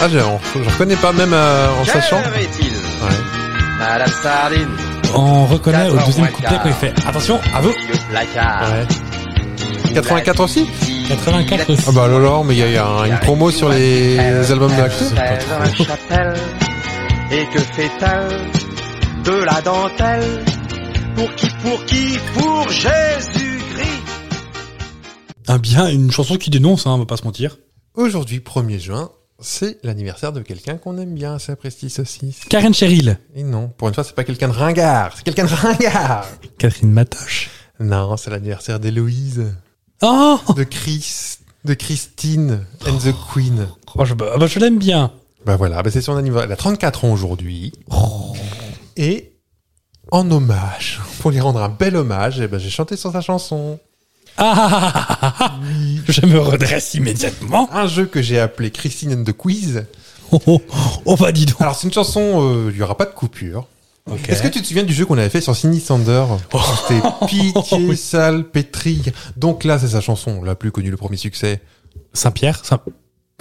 Speaker 5: Ah, je, on- je reconnais pas même euh, en sachant.
Speaker 7: Quelle heure est-il
Speaker 5: Ouais.
Speaker 7: Madame Sardine,
Speaker 4: On reconnaît au deuxième
Speaker 7: 4h15.
Speaker 4: couplet quand il fait Attention, à vous
Speaker 7: le placard.
Speaker 5: ouais. 84 aussi
Speaker 4: 84 aussi.
Speaker 5: Ah bah alors, mais il y a, il y a un- une promo sur les, albums de l'actu.
Speaker 7: Dans la chapelle, et que fait-elle de la dentelle Pour qui, pour qui, pour Jésus-Christ
Speaker 4: Un Ah, bien, une chanson qui dénonce, hein, on va pas se mentir.
Speaker 5: Aujourd'hui, 1er juin, c'est l'anniversaire de quelqu'un qu'on aime bien, c'est Presti Saucisse.
Speaker 4: Karen Cheryl.
Speaker 5: Et non, pour une fois, c'est pas quelqu'un de ringard, c'est quelqu'un de ringard
Speaker 4: Catherine Matoche.
Speaker 5: Non, c'est l'anniversaire d'Héloïse,
Speaker 4: Oh,
Speaker 5: de Chris, de Christine and the Queen.
Speaker 4: Oh, je, bah, bah, je l'aime bien.
Speaker 5: Bah voilà, bah c'est son anniversaire. Elle a 34 ans aujourd'hui. Et en hommage, pour lui rendre un bel hommage, eh ben j'ai chanté sur sa chanson.
Speaker 4: Ah, ah, ah, ah, ah, je me redresse immédiatement.
Speaker 5: Un jeu que j'ai appelé Christine and the Quiz.
Speaker 4: Oh, oh, oh, bah dis donc.
Speaker 5: Alors c'est une chanson, euh, il y aura pas de coupure.
Speaker 4: Ok. Oh.
Speaker 5: Est-ce que tu te souviens du jeu qu'on avait fait sur Cindy Sander
Speaker 4: [laughs]
Speaker 5: C'était Pitié,
Speaker 4: Oui.
Speaker 5: sale, pétrie. Donc là, c'est sa chanson la plus connue, le premier succès.
Speaker 4: Saint-Pierre, Saint-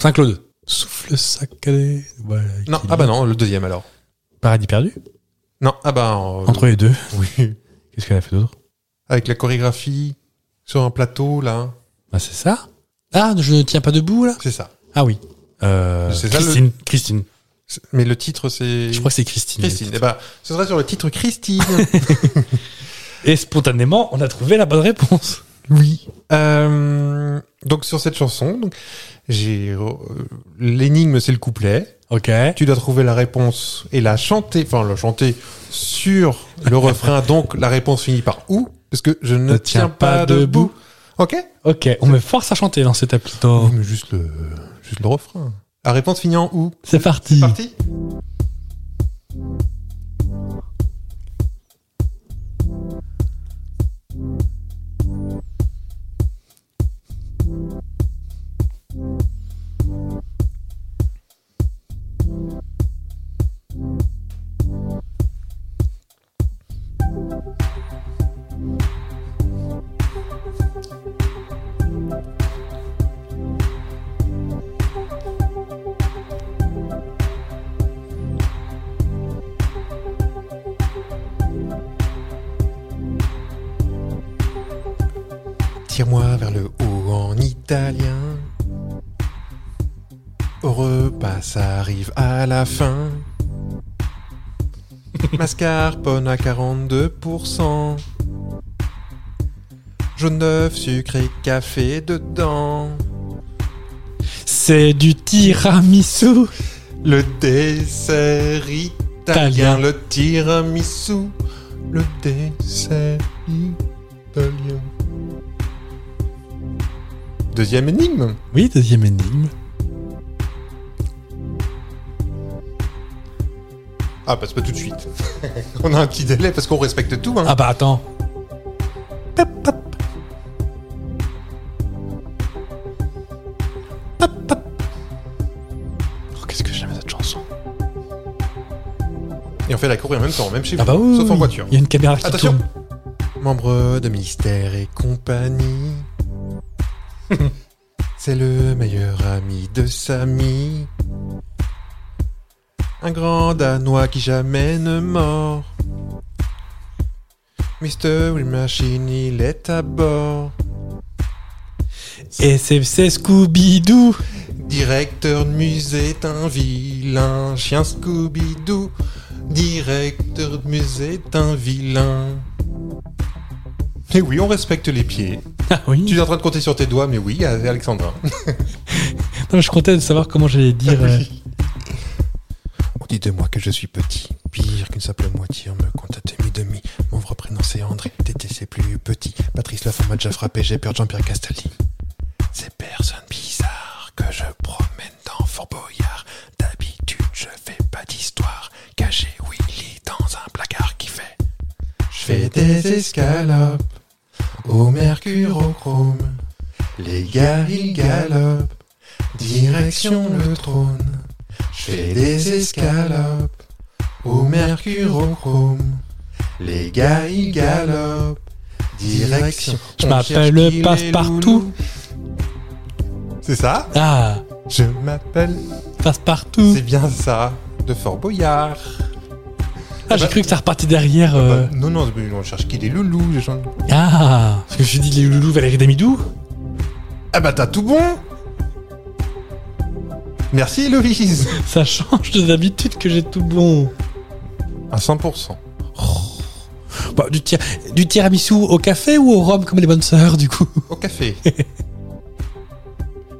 Speaker 4: Saint-Claude. Souffle sacré. Voilà,
Speaker 5: Non,
Speaker 4: qui-
Speaker 5: ah bah non, le deuxième alors.
Speaker 4: Paradis perdu.
Speaker 5: Non, ah bah... euh,
Speaker 4: Entre les deux.
Speaker 5: Oui.
Speaker 4: [laughs] Qu'est-ce qu'elle a fait d'autre
Speaker 5: Avec la chorégraphie, sur un plateau, là.
Speaker 4: Bah, c'est ça. Ah, je ne tiens pas debout, là
Speaker 5: C'est ça.
Speaker 4: Ah oui. Euh,
Speaker 5: C'est ça,
Speaker 4: Christine. Christine.
Speaker 5: C'est- Mais le titre, c'est...
Speaker 4: Je crois que c'est Christine.
Speaker 5: Christine. Eh bah, ce serait sur le titre
Speaker 4: [laughs]
Speaker 5: Christine.
Speaker 4: Et spontanément, on a trouvé la bonne réponse.
Speaker 5: oui. Euh, donc sur cette chanson, donc, j'ai... euh, L'énigme, c'est le couplet.
Speaker 4: Ok.
Speaker 5: Tu dois trouver la réponse et la chanter, enfin la chanter sur le [laughs] refrain. Donc la réponse finit par ou, parce que je ne tiens, pas, debout. Oh. Ok.
Speaker 4: Ok, on me force à chanter dans cette appli.
Speaker 5: Oui, mais juste le, juste le refrain. La réponse finit en ou.
Speaker 4: C'est parti.
Speaker 5: Parti. Tire-moi vers le haut en italien. Au repas, ça arrive à la fin. Mascarpone à 42%. Jaune d'œuf, sucre et café dedans.
Speaker 4: C'est du tiramisu.
Speaker 5: Le dessert italien,
Speaker 4: Italien.
Speaker 5: le tiramisu. Le dessert italien. Deuxième énigme.
Speaker 4: Oui, deuxième énigme.
Speaker 5: Ah, passe pas tout de suite. [laughs] on a un petit délai parce qu'on respecte tout. Hein.
Speaker 4: Ah bah attends. Oh, Qu'est-ce que j'aime cette chanson
Speaker 5: Et on fait la courir en même temps, même chez
Speaker 4: Ah
Speaker 5: vous,
Speaker 4: bah oui,
Speaker 5: sauf en
Speaker 4: oui,
Speaker 5: voiture.
Speaker 4: Il y a une caméra qui
Speaker 5: Attention.
Speaker 4: tourne.
Speaker 5: Membre de ministère et compagnie. C'est le meilleur ami de Samy. Un grand danois qui jamais ne mord. Mr. Will Machine, il est à bord.
Speaker 4: Et c'est c'est Scooby-Doo.
Speaker 5: Directeur de musée est un vilain chien Scooby-Doo. Directeur de musée est un vilain. Et oui, on respecte les pieds.
Speaker 4: Ah oui.
Speaker 5: Tu es en train de compter sur tes doigts, mais oui, euh, [laughs] Alexandrin.
Speaker 4: Non, je comptais de savoir comment j'allais dire.
Speaker 5: Ah
Speaker 4: euh,
Speaker 5: On dit de moi que je suis petit, pire qu'une simple moitié, on me compte à demi-demi. Mon vrai prénom c'est André, Tété c'est plus petit. Patrice Lafont m'a déjà frappé, j'ai peur de Jean-Pierre Castaldi. Ces personnes bizarres que je promène dans Fort Boyard. les escalopes, au mercurochrome. Les gars, ils galopent, direction le trône. Je fais des escalopes, au mercurochrome. Les gars, ils galopent, direction.
Speaker 4: Je
Speaker 5: On
Speaker 4: m'appelle
Speaker 5: cherche qui
Speaker 4: le
Speaker 5: les
Speaker 4: passe-partout.
Speaker 5: C'est ça
Speaker 4: Ah,
Speaker 5: Je m'appelle.
Speaker 4: passe-partout.
Speaker 5: C'est bien ça, de Fort Boyard.
Speaker 4: Ah, j'ai cru que ça repartait derrière. euh.
Speaker 5: Bah, non, non, mais on cherche qui les loulous, les gens.
Speaker 4: Ah, parce que je me suis dit les loulous Valérie Damidou.
Speaker 5: Ah bah t'as tout bon Merci Héloïse
Speaker 4: Ça change de d'habitude que j'ai tout bon.
Speaker 5: À 100%.
Speaker 4: Bah, du, tir- du tiramisu au café ou au rhum comme les bonnes sœurs du coup
Speaker 5: Au
Speaker 4: [laughs]
Speaker 5: café.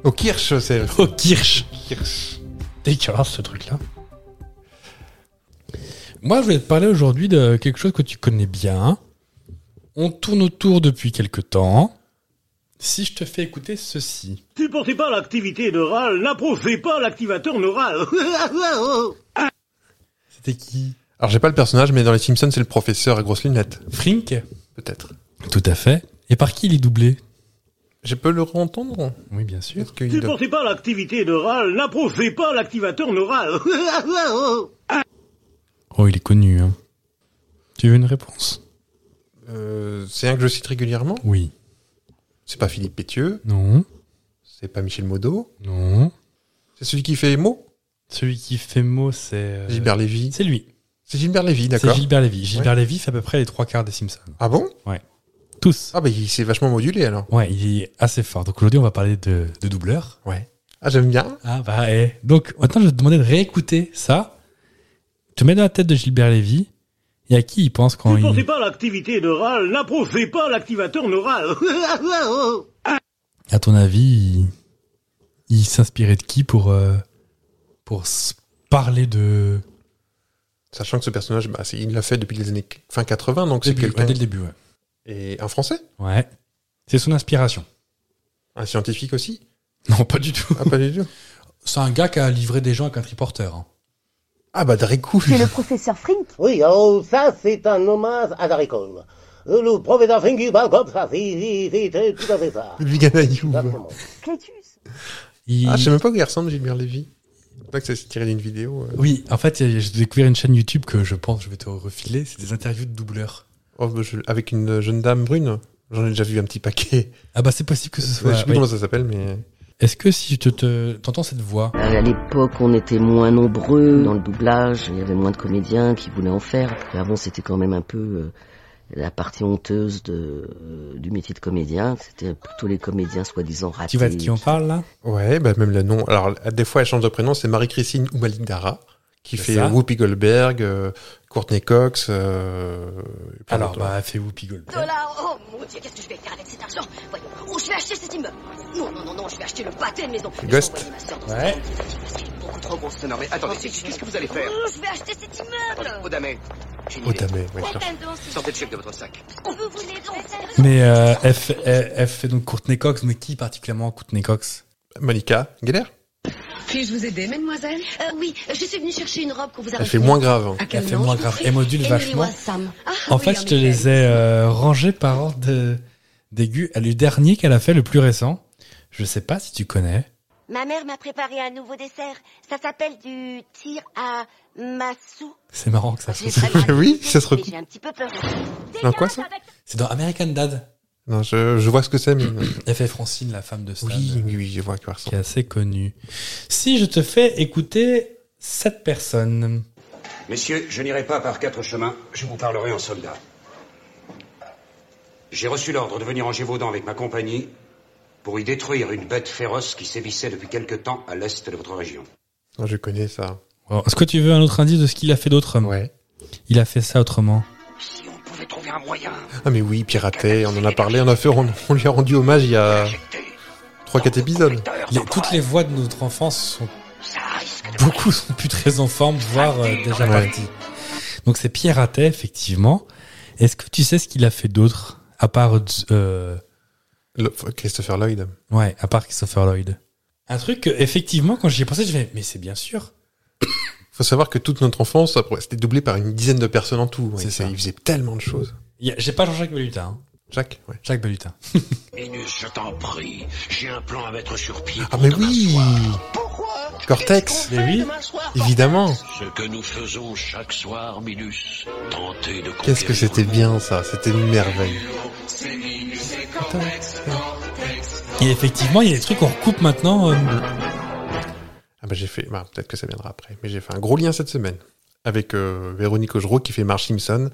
Speaker 5: Au kirsch, c'est le
Speaker 4: Au Oh, kirsch.
Speaker 5: kirsch.
Speaker 4: Dégueulasse ce truc-là. Moi, je voulais te parler aujourd'hui de quelque chose que tu connais bien. On tourne autour depuis quelque temps. Si je te fais écouter ceci.
Speaker 13: Supportez pas l'activité neurale, n'approuvez pas l'activateur neural.
Speaker 4: C'était qui
Speaker 5: Alors j'ai pas le personnage, mais dans les Simpsons, c'est le professeur à grosses lunettes.
Speaker 4: Frink
Speaker 5: Peut-être.
Speaker 4: Tout à fait. Et par qui il est doublé
Speaker 5: Je peux le entendre
Speaker 4: Oui, bien sûr.
Speaker 5: Peut-être qu'il doit-
Speaker 13: Supportez pas l'activité neurale, n'approuvez pas l'activateur neural.
Speaker 4: Oh, il est connu. hein. Tu veux une réponse
Speaker 5: Euh, C'est un que je cite régulièrement.
Speaker 4: Oui.
Speaker 5: C'est pas Philippe Pétieux,
Speaker 4: Non.
Speaker 5: c'est pas Michel Modo.
Speaker 4: Non.
Speaker 5: C'est celui qui fait les mots
Speaker 4: Celui qui fait mot, c'est... euh,
Speaker 5: Gilbert Lévy.
Speaker 4: C'est lui.
Speaker 5: C'est Gilbert Lévy,
Speaker 4: C'est
Speaker 5: d'accord.
Speaker 4: Gilbert Lévy. Gilbert Lévy fait à peu près les trois quarts des Simpsons.
Speaker 5: Ah bon
Speaker 4: Tous.
Speaker 5: Ah bah il s'est vachement modulé alors.
Speaker 4: Ouais, il est assez fort. Donc aujourd'hui, on va parler de, de doubleurs.
Speaker 5: Ouais. Ah j'aime bien.
Speaker 4: Ah bah, eh. Donc maintenant, je vais te demander de réécouter ça. Te mets dans la tête de Gilbert Lévy. Et à qui il pense quand
Speaker 13: Supportez
Speaker 4: il...
Speaker 13: pas l'activité neurale, n'approuvez pas l'activateur neural. [laughs]
Speaker 4: À ton avis, il, il s'inspirait de qui pour, euh, pour s- parler de...
Speaker 5: Sachant que ce personnage, bah, c'est- il l'a fait depuis les années qu- fin 80, donc c'est
Speaker 4: Début,
Speaker 5: quelqu'un.
Speaker 4: dès le début, ouais.
Speaker 5: Et un français
Speaker 4: Ouais. C'est son inspiration.
Speaker 5: Un scientifique aussi
Speaker 4: [laughs] Non, pas du tout.
Speaker 5: Ah, pas du
Speaker 4: [laughs]
Speaker 5: tout.
Speaker 4: C'est un gars qui a livré des gens avec un triporteur. hein.
Speaker 5: Ah bah Dracul
Speaker 10: professeur Frink
Speaker 14: Oui, alors ça, c'est un hommage à Darry Cole. Euh, Le professeur Finky parle comme ça, si, si, si, c'est tout à fait ça.
Speaker 5: Le vegan Ayou.
Speaker 14: Exactement.
Speaker 10: Clétus
Speaker 4: Il-
Speaker 5: Ah, je sais même pas où il ressemble, Gilbert Lévy. C'est pas que ça s'est tiré d'une vidéo. euh.
Speaker 4: Oui, en fait, j'ai découvert une chaîne YouTube que je pense que je vais te refiler. C'est des interviews de doubleurs.
Speaker 5: Oh, bah, je- Avec une jeune dame brune. J'en ai déjà vu un petit paquet. [laughs]
Speaker 4: Ah bah c'est possible que ce soit.
Speaker 5: je sais plus
Speaker 4: oui.
Speaker 5: comment ça s'appelle, mais.
Speaker 4: Est-ce que si je te- te t'entends cette voix,
Speaker 15: À l'époque, on était moins nombreux dans le doublage, il y avait moins de comédiens qui voulaient en faire. Et avant, c'était quand même un peu euh, la partie honteuse de, euh, du métier de comédien. C'était plutôt les comédiens soi-disant ratés.
Speaker 4: tu vois de qui on parle là
Speaker 5: Ouais, bah même le nom. Alors, des fois, elle change de prénom, c'est Marie-Christine ou Malik Dara, qui
Speaker 4: C'est
Speaker 5: fait
Speaker 4: ça.
Speaker 5: Whoopi Goldberg, euh, Courtney Cox. euh, et plein
Speaker 4: Alors
Speaker 5: d'autres.
Speaker 4: bah fais Whoopi Goldberg.
Speaker 10: Dollars Oh mon dieu, qu'est-ce que je vais faire avec cet argent Voyons, oh, je vais acheter cet immeuble Non, non, non, non, je vais acheter le pâté de maison Je vais
Speaker 5: Ghost.
Speaker 10: envoyer ma sœur dans
Speaker 4: Ouais.
Speaker 10: beaucoup trop grosse.
Speaker 16: Non, non, mais
Speaker 17: Oh,
Speaker 16: attendez, c'est- qu'est-ce que vous allez faire
Speaker 10: Oh, je vais acheter cet immeuble
Speaker 16: Odamé. j'ai une
Speaker 5: Oh,
Speaker 16: idée.
Speaker 5: damn it, ouais, je cherche.
Speaker 16: Sortez le chèque de votre sac.
Speaker 10: Vous voulez donc
Speaker 4: Mais euh, elle, fait- elle- elle fait donc Courtney Cox, mais qui particulièrement Courtney Cox
Speaker 5: Malika Geller
Speaker 18: Puis-je vous aider, mademoiselle
Speaker 10: Euh, Oui, je suis venue chercher une robe que vous avez...
Speaker 5: Elle fait moins grave. hein.
Speaker 10: À Ah, quel
Speaker 4: Elle fait
Speaker 10: nom,
Speaker 4: moins
Speaker 10: je vous
Speaker 4: grave.
Speaker 10: prie
Speaker 4: Elle module
Speaker 10: Emily
Speaker 4: vachement.
Speaker 10: Wassam. Ah,
Speaker 4: En
Speaker 10: oui,
Speaker 4: fait, je te
Speaker 10: effet.
Speaker 4: les ai euh, rangés par ordre de- d'aigu. Le dernier qu'elle a fait, le plus récent. Je sais pas si tu connais.
Speaker 19: Ma mère m'a préparé un nouveau dessert. Ça s'appelle du tir à massou.
Speaker 4: C'est marrant que ça.
Speaker 19: Je l'ai
Speaker 4: se- [laughs]
Speaker 19: vraiment
Speaker 5: Oui,
Speaker 19: accepté,
Speaker 5: ça se
Speaker 19: mais
Speaker 5: recoupe.
Speaker 19: J'ai un petit peu peur.
Speaker 5: Dans quoi ça
Speaker 4: C'est dans American Dad.
Speaker 5: Non, je, je vois ce que c'est, mais. euh,
Speaker 4: Elle fait Francine, la femme de Stan.
Speaker 5: oui, oui, oui, je vois à quoi elle ressemble.
Speaker 4: qui est assez connu. Si je te fais écouter cette personne,
Speaker 13: Messieurs, je n'irai pas par quatre chemins, je vous parlerai en soldat.
Speaker 16: J'ai reçu l'ordre de venir en Gévaudan avec ma compagnie pour y détruire une bête féroce qui sévissait depuis quelque temps à l'est de votre région.
Speaker 5: Non, je connais ça.
Speaker 4: Alors, est-ce que tu veux un autre indice de ce qu'il a fait d'autre
Speaker 5: Ouais.
Speaker 4: Il a fait ça autrement.
Speaker 16: Si on pouvait trouver un moyen.
Speaker 5: Ah, mais oui, piraté, on en a parlé, on, a fait, on, on lui a rendu hommage il y a 3-4 épisodes.
Speaker 4: Les- toutes les voix de notre enfance sont
Speaker 16: Ça risque de...
Speaker 4: beaucoup sont plus très en forme, voire euh, déjà
Speaker 5: Ouais.
Speaker 4: parties. Donc c'est Pierre Attet, effectivement. Est-ce que tu sais ce qu'il a fait d'autre à part euh,
Speaker 5: Le- Christopher Lloyd.
Speaker 4: ouais, à part Christopher Lloyd Un truc que, effectivement quand j'y ai pensé, je vais mais c'est bien sûr.
Speaker 5: Faut savoir que toute notre enfance, ça pourrait- c'était doublé par une dizaine de personnes en tout.
Speaker 4: C'est
Speaker 5: Et
Speaker 4: ça.
Speaker 5: Il faisait tellement de choses.
Speaker 4: Y a- J'ai pas Jean-Jacques Bellutin. hein.
Speaker 5: Jacques, ouais.
Speaker 4: Jacques Bellutin.
Speaker 17: Minus, je t'en prie. J'ai un plan à mettre sur pied.
Speaker 5: Ah mais oui Cortex
Speaker 4: Mais oui
Speaker 5: Évidemment
Speaker 17: Ce que nous faisons chaque soir, Minus, tenter de
Speaker 5: Qu'est-ce que c'était bien ça C'était une merveille.
Speaker 4: Et effectivement, il y a des trucs qu'on recoupe maintenant. euh,
Speaker 5: Ah bah j'ai fait, bah, peut-être que ça viendra après, mais j'ai fait un gros lien cette semaine avec euh, Véronique Augereau qui fait Marge Simpson,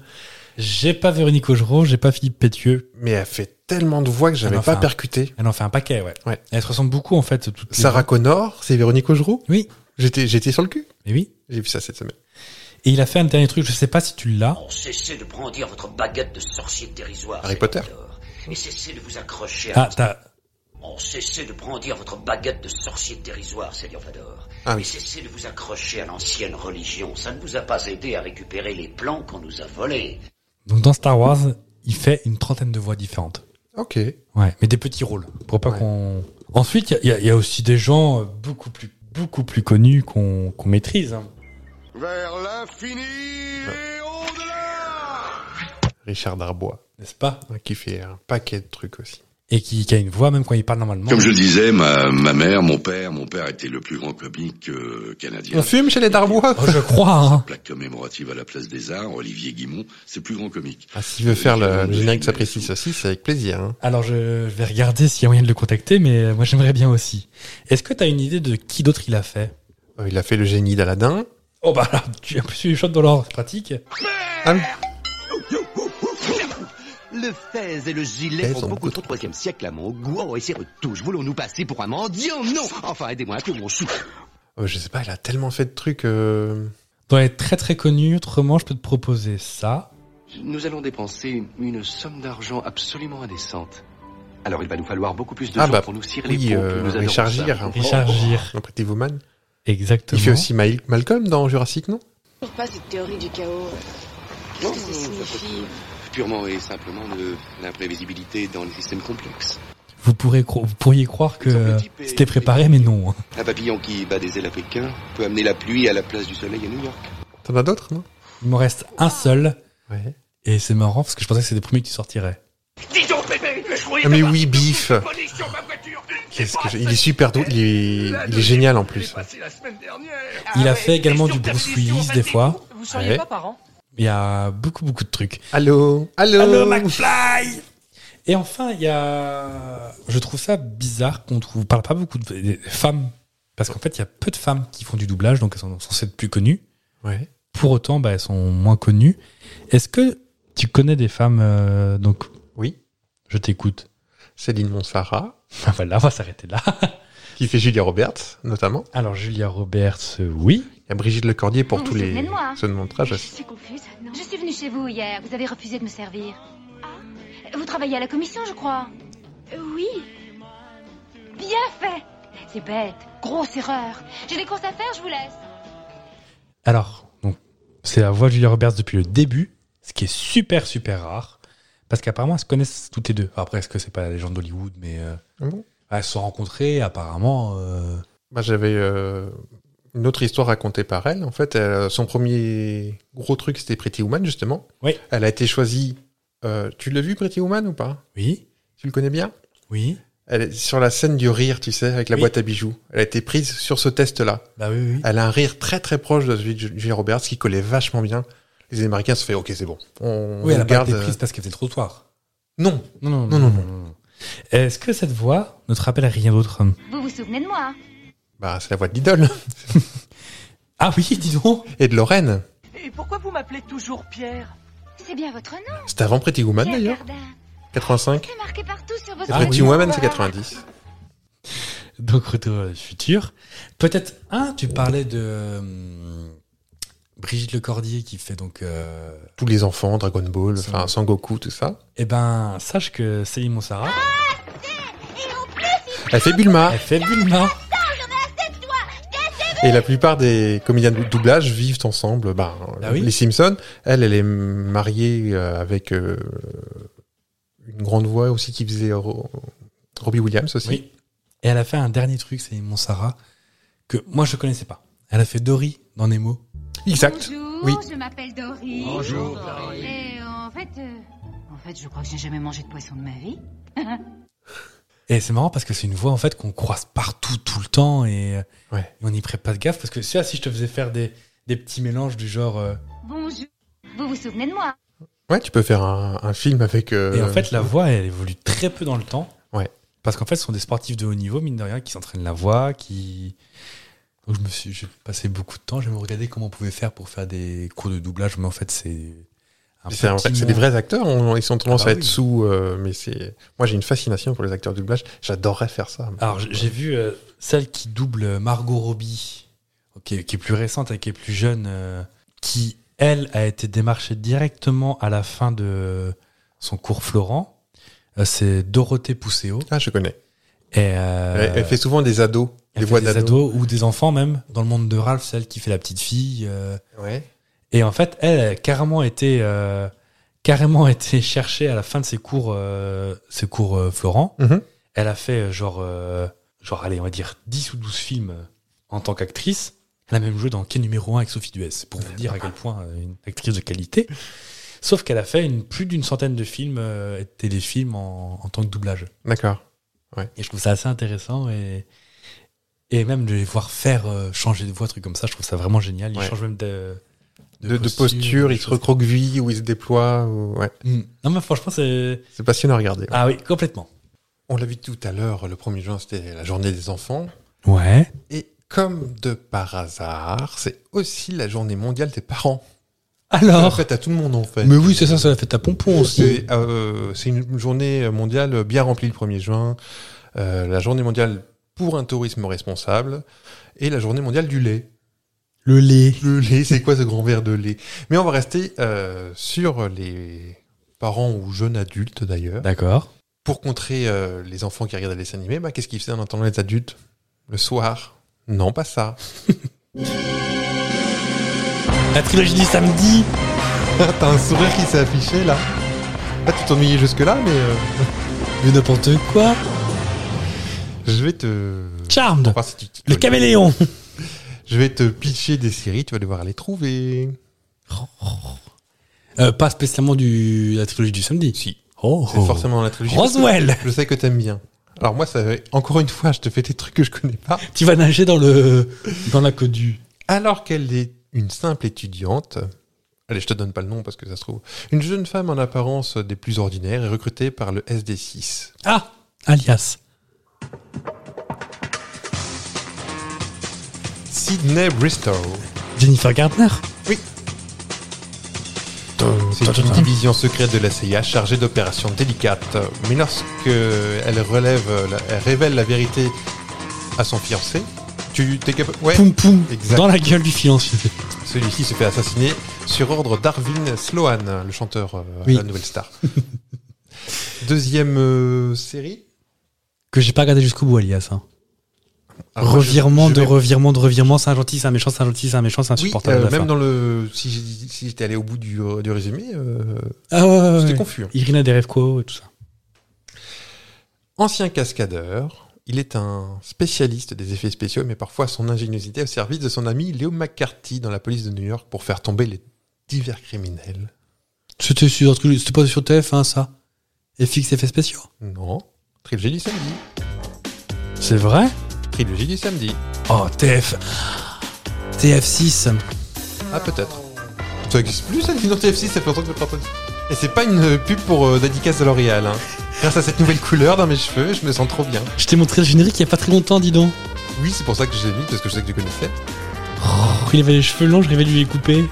Speaker 4: J'ai pas Véronique Augereau, j'ai pas Philippe Pétieux.
Speaker 5: mais elle fait tellement de voix que j'avais
Speaker 4: Elle en
Speaker 5: pas
Speaker 4: fait un-
Speaker 5: percuté.
Speaker 4: Elle en fait un paquet, ouais.
Speaker 5: Ouais.
Speaker 4: Elle se ressemble beaucoup, en fait. Toutes les-
Speaker 5: Sarah Connor, c'est Véronique Augereau
Speaker 4: Oui.
Speaker 5: J'étais, j'étais sur le cul.
Speaker 4: Mais oui.
Speaker 5: J'ai vu ça cette semaine.
Speaker 4: Et il a fait un dernier truc, je sais pas si tu l'as.
Speaker 17: Cessez de brandir votre baguette de sorcier dérisoire.
Speaker 5: Harry
Speaker 17: c'est
Speaker 5: Potter.
Speaker 17: l'or. Et cessez de vous accrocher à...
Speaker 4: Ah, t'as.
Speaker 17: Oh, cessez de brandir votre baguette de sorcier dérisoire, Seigneur Vador.
Speaker 5: Ah oui.
Speaker 17: Et cessez de vous accrocher à l'ancienne religion. Ça ne vous a pas aidé à récupérer les plans qu'on nous a volés.
Speaker 4: Donc dans Star Wars, il fait une trentaine de voix différentes.
Speaker 5: Ok.
Speaker 4: Ouais, mais des petits rôles. Pour pas
Speaker 5: Ouais.
Speaker 4: qu'on. Ensuite, il y a- il y, a- il y a aussi des gens euh, beaucoup plus, beaucoup plus connus qu'on qu'on maîtrise. hein.
Speaker 2: Vers l'infini
Speaker 5: Ah.
Speaker 2: et au-delà
Speaker 5: Richard Darbois,
Speaker 4: n'est-ce pas
Speaker 5: hein, qui fait un paquet de trucs aussi.
Speaker 4: Et qui, qui a une voix même quand il parle normalement.
Speaker 20: Comme je le disais, ma, ma mère, mon père, mon père était le plus grand comique euh, canadien.
Speaker 5: On fume chez les Darbois
Speaker 4: Oh, je crois. hein.
Speaker 20: Plaque commémorative à la place des Arts, Olivier Guimont, c'est le plus grand comique.
Speaker 5: Ah, s'il veut faire
Speaker 4: Oh,
Speaker 5: le, le générique s'apprécie aussi, c'est avec plaisir. hein.
Speaker 4: Alors je, je vais regarder s'il y a moyen de le contacter, mais euh, moi j'aimerais bien aussi. Est-ce que t'as une idée de qui d'autre il a fait
Speaker 5: Euh, Il a fait le génie d'Aladin.
Speaker 4: Oh bah là, tu as plus les choses dans l'ordre, c'est pratique.
Speaker 5: Ah oui.
Speaker 7: [laughs] Le fez et le gilet
Speaker 5: Fez
Speaker 7: ont
Speaker 5: ont
Speaker 7: beaucoup
Speaker 5: beaucoup
Speaker 7: trop de troisième siècle à mon goût. Oh, et ces retouches, voulons-nous passer pour un mendiant Non Enfin, aidez-moi un peu, mon chou.
Speaker 5: Euh, je sais pas, il a tellement fait de trucs. euh,
Speaker 4: Dans les très très connus, autrement je peux te proposer ça.
Speaker 7: Nous allons dépenser une somme d'argent absolument indécente. Alors il va nous falloir beaucoup plus de
Speaker 5: Ah
Speaker 7: gens
Speaker 5: bah,
Speaker 7: pour nous cirer les
Speaker 5: oui,
Speaker 7: pompes.
Speaker 5: euh,
Speaker 7: Nous adorons
Speaker 5: Richard
Speaker 7: ça.
Speaker 5: Gere. Oh,
Speaker 4: Richard Gere.
Speaker 5: Après Devoman.
Speaker 4: Exactement.
Speaker 5: Il fait aussi Mal- Malcolm dans Jurassic, non
Speaker 21: toujours pas cette théorie du chaos. Qu'est-ce que ça signifie
Speaker 7: Purement et simplement de l'imprévisibilité dans les systèmes complexes.
Speaker 4: Vous, pourrez cro- vous pourriez croire que euh, c'était préparé, mais non. hein.
Speaker 7: Un papillon qui bat des ailes à Pékin peut amener la pluie à la place du soleil à New York.
Speaker 5: T'en as d'autres, non
Speaker 4: Il m'en reste un seul,
Speaker 5: Ouais.
Speaker 4: et c'est marrant parce que je pensais que c'était le premier qui sortirait.
Speaker 17: Dis donc, bébé, je
Speaker 5: Ah mais oui, Biff Qu'est-ce que je- Il est super drôle, il est, il est génial en plus.
Speaker 4: Il a fait également du Bruce Willis des fois.
Speaker 22: Vous
Speaker 5: seriez Ouais. pas
Speaker 22: parents
Speaker 4: Il y a beaucoup beaucoup de trucs.
Speaker 5: Allô Allô
Speaker 4: Allô McFly Et enfin, il y a... Je trouve ça bizarre qu'on ne parle pas beaucoup de des femmes. Parce qu'en fait, il y a peu de femmes qui font du doublage, donc elles sont censées être plus connues.
Speaker 5: Ouais.
Speaker 4: Pour autant, bah, elles sont moins connues. Est-ce que tu connais des femmes euh, Donc,
Speaker 5: Oui.
Speaker 4: je t'écoute. [laughs]
Speaker 5: Céline Monsara,
Speaker 4: Ah, voilà, on va s'arrêter là.
Speaker 5: qui fait Julia Roberts, notamment.
Speaker 4: Alors, Julia Roberts, euh, oui.
Speaker 5: Il y a Brigitte Lecordier pour
Speaker 23: Vous
Speaker 5: tous
Speaker 23: vous
Speaker 5: les
Speaker 23: souvenez de moi
Speaker 5: ceux de montrage
Speaker 23: Je suis confuse. Je suis venue chez vous hier. Vous avez refusé de me servir.
Speaker 11: Ah.
Speaker 23: Vous travaillez à la commission, je crois.
Speaker 11: Euh,
Speaker 23: Oui. Bien fait. C'est bête. Grosse erreur. J'ai des courses à faire, je vous laisse.
Speaker 4: Alors, donc, c'est la voix de Julia Roberts depuis le début, ce qui est super, super rare. Parce qu'apparemment, elles se connaissent toutes les deux. Après, est-ce que c'est pas la légende d'Hollywood, mais... euh,
Speaker 5: Ah bon
Speaker 4: Elles se sont rencontrées, apparemment. euh,
Speaker 5: Moi, j'avais euh, une autre histoire racontée par elle. En fait, elle- son premier gros truc, c'était Pretty Woman, justement.
Speaker 4: Oui.
Speaker 5: Elle a été choisie. euh, tu l'as vu, Pretty Woman, ou pas
Speaker 4: Oui,
Speaker 5: Tu le connais bien
Speaker 4: oui.
Speaker 5: Elle est sur la scène du rire, tu sais, avec la
Speaker 4: Oui.
Speaker 5: boîte à bijoux. Elle a été prise sur ce test-là.
Speaker 4: Bah oui, oui.
Speaker 5: Elle a un rire très très proche de celui de Julia Roberts qui collait vachement bien. Les Américains se fait OK, c'est bon. On
Speaker 4: Oui, elle a pas
Speaker 5: regarde.
Speaker 4: été prise parce qu'elle faisait le trottoir.
Speaker 5: Non.
Speaker 4: Non, non,
Speaker 5: Non, non, non.
Speaker 4: Est-ce que cette voix ne te rappelle rien d'autre
Speaker 23: Vous vous souvenez de moi hein.
Speaker 5: Bah, c'est la voix de Lidl
Speaker 4: Ah oui, dis donc
Speaker 5: et de Lorraine.
Speaker 22: Et pourquoi vous m'appelez toujours Pierre
Speaker 23: C'est bien votre nom.
Speaker 5: C'était avant Pretty
Speaker 3: Ah,
Speaker 5: Woman
Speaker 23: Pierre
Speaker 5: d'ailleurs.
Speaker 23: Cardin.
Speaker 5: 85.
Speaker 23: C'est marqué partout sur votre
Speaker 5: Et Pretty
Speaker 23: nom.
Speaker 5: Woman, c'est 90.
Speaker 4: Donc, retour à le futur. Peut-être, un, tu parlais de euh, Brigitte Lecordier qui fait donc. euh,
Speaker 5: Tous les enfants, Dragon Ball,
Speaker 4: C'est
Speaker 5: enfin
Speaker 4: vrai.
Speaker 5: Sangoku, tout ça.
Speaker 4: eh ben, sache que Céline Monsara,
Speaker 5: Elle fait Bulma.
Speaker 4: [laughs] elle fait Bulma.
Speaker 5: Et la plupart des comédiens de doublage vivent ensemble. Ben,
Speaker 4: Ah oui
Speaker 5: Les Simpsons, elle, elle est mariée euh, avec euh, une grande voix aussi qui faisait Ro- Robbie Williams aussi.
Speaker 4: Oui. Et elle a fait un dernier truc, Céline Monsara, que moi je connaissais pas. Elle a fait Dory dans Nemo.
Speaker 5: Exact.
Speaker 23: Bonjour,
Speaker 5: Oui.
Speaker 23: je m'appelle Dory.
Speaker 5: Bonjour,
Speaker 23: Et en fait, euh,
Speaker 1: En fait, je crois que j'ai jamais mangé de poisson de ma vie.
Speaker 4: Et c'est marrant parce que c'est une voix en fait qu'on croise partout tout le temps et, euh, et on n'y prête pas de gaffe parce que ça, si je te faisais faire des, des petits mélanges du genre. euh,
Speaker 1: Bonjour. Vous vous souvenez de moi
Speaker 5: Ouais, tu peux faire un, un film avec. euh,
Speaker 4: Et en fait, la voix, elle évolue très peu dans le temps.
Speaker 5: Ouais.
Speaker 4: Parce qu'en fait, ce sont des sportifs de haut niveau, mine de rien, qui s'entraînent la voix, qui. Donc, je me suis, j'ai passé beaucoup de temps, j'ai regardé comment on pouvait faire pour faire des cours de doublage, mais en fait, c'est. un
Speaker 5: C'est en
Speaker 4: petit
Speaker 5: fait, c'est des
Speaker 4: monde.
Speaker 5: vrais acteurs, on- ils ont tendance
Speaker 4: Ah bah
Speaker 5: à être
Speaker 4: oui.
Speaker 5: sous. euh, mais c'est. Moi, j'ai une fascination pour les acteurs de doublage. J'adorerais faire ça.
Speaker 4: Alors, j- j'ai vu euh, celle qui double Margot Robbie, qui est, qui est plus récente et qui est plus jeune, euh, qui, elle, a été démarchée directement à la fin de son cours Florent. Euh, C'est Dorothée Pousseau.
Speaker 5: Ah, je connais.
Speaker 4: Et euh,
Speaker 5: Elle- elle fait souvent des ados,
Speaker 4: elle
Speaker 5: des
Speaker 4: fait
Speaker 5: voix
Speaker 4: des
Speaker 5: d'ados.
Speaker 4: ados ou des enfants même. Dans le monde de Ralph, celle qui fait la petite fille. euh,
Speaker 5: Ouais.
Speaker 4: Et en fait, elle a carrément été, euh, carrément [laughs] été cherchée à la fin de ses cours, euh, ses cours euh, Florent.
Speaker 5: Mhm.
Speaker 4: Elle a fait euh, genre, euh, genre, allez, on va dire 10 ou 12 films euh, en tant qu'actrice. Elle a même joué dans Quai numéro 1 avec Sophie Duès, pour vous dire à quel point euh, une actrice de qualité. Sauf qu'elle a fait une, plus d'une centaine de films euh, et de téléfilms en, en tant que doublage.
Speaker 5: D'accord. Ouais.
Speaker 4: Et je trouve ça assez intéressant et, et même de les voir faire euh, changer de voix, truc comme ça, je trouve ça vraiment génial. Ils
Speaker 5: Ouais.
Speaker 4: changent même de,
Speaker 5: De, de posture,
Speaker 4: de
Speaker 5: ils se
Speaker 4: choses.
Speaker 5: recroquevillent ou ils se déploient. ou- Ouais.
Speaker 4: Mm. Non, mais franchement, c'est.
Speaker 5: C'est passionnant à regarder. ouais.
Speaker 4: Ah oui, complètement.
Speaker 5: On l'a vu tout à l'heure, le 1er juin, c'était la journée des enfants.
Speaker 4: Ouais.
Speaker 5: Et comme de par hasard, c'est aussi la journée mondiale des parents.
Speaker 4: Alors
Speaker 5: C'est la fête à tout le monde, en fait.
Speaker 4: Mais oui, c'est ça, c'est la fête à pompon aussi.
Speaker 5: C'est euh, c'est une journée mondiale bien remplie le 1er juin. euh, la journée mondiale pour un tourisme responsable. Et la journée mondiale du lait.
Speaker 4: Le lait.
Speaker 5: Le lait, c'est quoi ce grand verre de lait Mais on va rester euh, sur les parents ou jeunes adultes, d'ailleurs.
Speaker 4: D'accord.
Speaker 5: Pour contrer euh, les enfants qui regardent les dessins animés, bah, qu'est-ce qu'ils faisaient en attendant les adultes Le soir Non, pas ça.
Speaker 4: La trilogie du samedi
Speaker 5: [laughs] T'as un sourire qui s'est affiché là. Là, tu t'ennuyais jusque-là, mais euh,
Speaker 4: Mais n'importe quoi.
Speaker 5: je vais te.
Speaker 4: Charmed.
Speaker 5: Enfin, si tu t'y
Speaker 4: Le
Speaker 5: connais.
Speaker 4: caméléon.
Speaker 5: Je vais te pitcher des séries, tu vas devoir les trouver.
Speaker 4: Euh, pas spécialement du la trilogie du samedi.
Speaker 5: Si.
Speaker 4: Oh.
Speaker 5: C'est forcément la trilogie.
Speaker 4: Roswell.
Speaker 5: Je sais que t'aimes bien. Alors moi, ça, encore une fois, je te fais des trucs que je connais pas.
Speaker 4: Tu vas nager dans le dans la codue.
Speaker 5: Alors qu'elle est une simple étudiante, allez, je te donne pas le nom parce que ça se trouve, une jeune femme en apparence des plus ordinaires est recrutée par le SD6.
Speaker 4: Ah, alias.
Speaker 5: Sydney Bristow.
Speaker 4: Jennifer Gardner.
Speaker 5: Oui. C'est une division secrète de la CIA chargée d'opérations délicates. Mais lorsque elle relève, la- elle révèle la vérité à son fiancé, tu t'es capable. Ouais.
Speaker 4: Poum poum.
Speaker 5: Exact.
Speaker 4: Dans la gueule du fiancé.
Speaker 5: Celui-ci se fait assassiner sur ordre d'Arvin Sloan, le chanteur euh,
Speaker 4: Oui.
Speaker 5: la nouvelle star. [laughs] Deuxième euh, série.
Speaker 4: Que j'ai pas regardé jusqu'au bout, alias. hein.
Speaker 5: Alors, Ah, moi, je-
Speaker 4: revirement
Speaker 5: je
Speaker 4: de
Speaker 5: vais-
Speaker 4: revirement de revirement, c'est un gentil, c'est un méchant, c'est un gentil, c'est un méchant, c'est
Speaker 5: Oui,
Speaker 4: insupportable.
Speaker 5: euh,
Speaker 4: à la
Speaker 5: même
Speaker 4: fin.
Speaker 5: dans le. Si j'ai- si j'étais allé au bout du, du résumé, euh,
Speaker 4: Ah ouais, ouais,
Speaker 5: j'étais
Speaker 4: ouais.
Speaker 5: confus. hein.
Speaker 4: Irina Derevko et tout ça.
Speaker 5: Ancien cascadeur, il est un spécialiste des effets spéciaux, mais parfois son ingéniosité au service de son ami Léo McCarthy dans la police de New York pour faire tomber les divers criminels.
Speaker 4: C'était sur c'était pas sur
Speaker 5: hein,
Speaker 4: TF1 ça. FX effets spéciaux.
Speaker 5: Non. Trilogie du samedi.
Speaker 4: C'est vrai
Speaker 5: Trilogie du samedi.
Speaker 4: Oh TF TF6.
Speaker 5: Ah, peut-être. Ça existe plus, celle dans TF6, ça fait longtemps que je l'ai pas entendu. Et c'est pas une pub pour euh, dédicace de L'Oréal. hein. Grâce à cette nouvelle couleur dans mes cheveux, je me sens trop bien.
Speaker 4: Je t'ai montré le générique il y a pas très longtemps, dis donc.
Speaker 5: Oui, c'est pour ça que je l'ai mis, parce que je sais que tu connaissais.
Speaker 4: Oh, il avait les cheveux longs, je rêvais de lui les couper.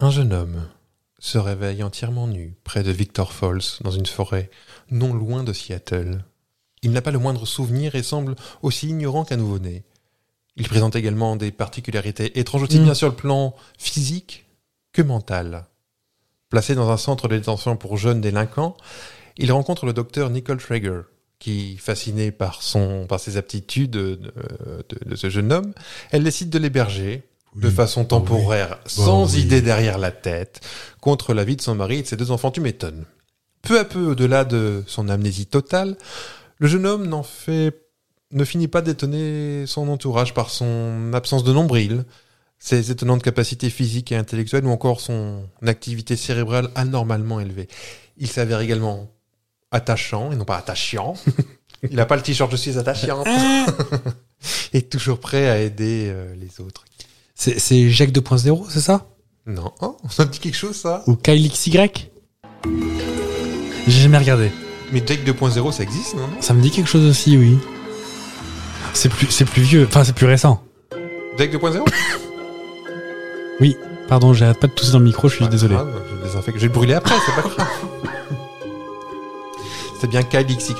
Speaker 5: Un jeune homme se réveille entièrement nu près de Victor Falls dans une forêt non loin de Seattle. Il n'a pas le moindre souvenir et semble aussi ignorant qu'un nouveau-né. Il présente également des particularités étranges aussi
Speaker 4: Mm.
Speaker 5: bien sur le plan physique que mental. Placé dans un centre de détention pour jeunes délinquants, il rencontre le docteur Nicole Traeger, qui, fasciné par, son, par ses aptitudes euh, de, de ce jeune homme, elle décide de l'héberger de façon temporaire, sans
Speaker 4: oui.
Speaker 5: idée derrière la tête, contre la vie de son mari et de ses deux enfants, tu m'étonnes. Peu à peu, au-delà de son amnésie totale, Le jeune homme n'en fait, ne finit pas d'étonner son entourage par son absence de nombril, ses étonnantes capacités physiques et intellectuelles ou encore son activité cérébrale anormalement élevée. Il s'avère également attachant et non pas attachant. [laughs] Il n'a pas le t-shirt, je suis attachant. [laughs] et toujours prêt à aider euh, les autres.
Speaker 4: C'est, c'est Jacques 2.0, c'est ça
Speaker 5: Non, oh, ça me dit quelque chose ça
Speaker 4: Ou Kyle XY J'ai jamais regardé.
Speaker 5: Mais Jack 2.0 ça existe, non
Speaker 4: Ça me dit quelque chose aussi, oui. C'est plus, c'est plus vieux, enfin c'est plus récent.
Speaker 5: Jack 2.0
Speaker 4: Oui, pardon, j'arrête pas de tousser dans le micro, je suis
Speaker 20: Bah,
Speaker 5: Pas
Speaker 4: désolé.
Speaker 5: grave, je le désinfecte. Je vais le brûler après, c'est pas grave.
Speaker 4: [laughs]
Speaker 5: c'est bien KLXY.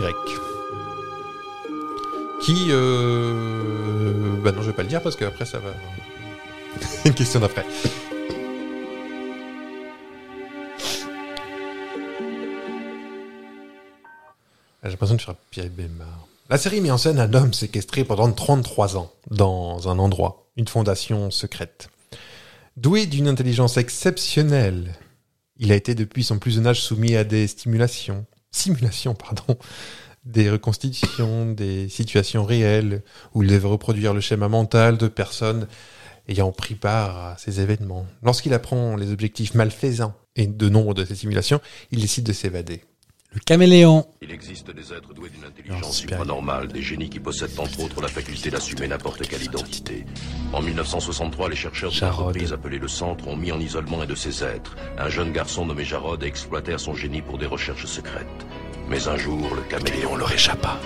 Speaker 5: Qui. Euh... Bah non, je vais pas le dire parce que après ça va. [laughs] Une question d'après. Ah, J'ai l'impression de faire Pierre Bémar. La série met en scène un homme séquestré pendant 33 ans dans un endroit, une fondation secrète. Doué d'une intelligence exceptionnelle, il a été depuis son plus jeune âge soumis à des stimulations, simulations, pardon, des reconstitutions, des situations réelles où il devait reproduire le schéma mental de personnes ayant pris part à ces événements. Lorsqu'il apprend les objectifs malfaisants et de nombre de ces simulations, il décide de s'évader.
Speaker 4: Le caméléon.
Speaker 20: Il existe des êtres doués d'une intelligence supranormale, des génies qui possèdent entre autres la faculté d'assumer n'importe quelle identité. En 1963, les chercheurs d'une
Speaker 4: Jarod.
Speaker 20: entreprise appelée le Centre ont mis en isolement un de ces êtres, un jeune garçon nommé Jarod, et exploitèrent son génie pour des recherches secrètes. Mais un jour, le caméléon leur échappa.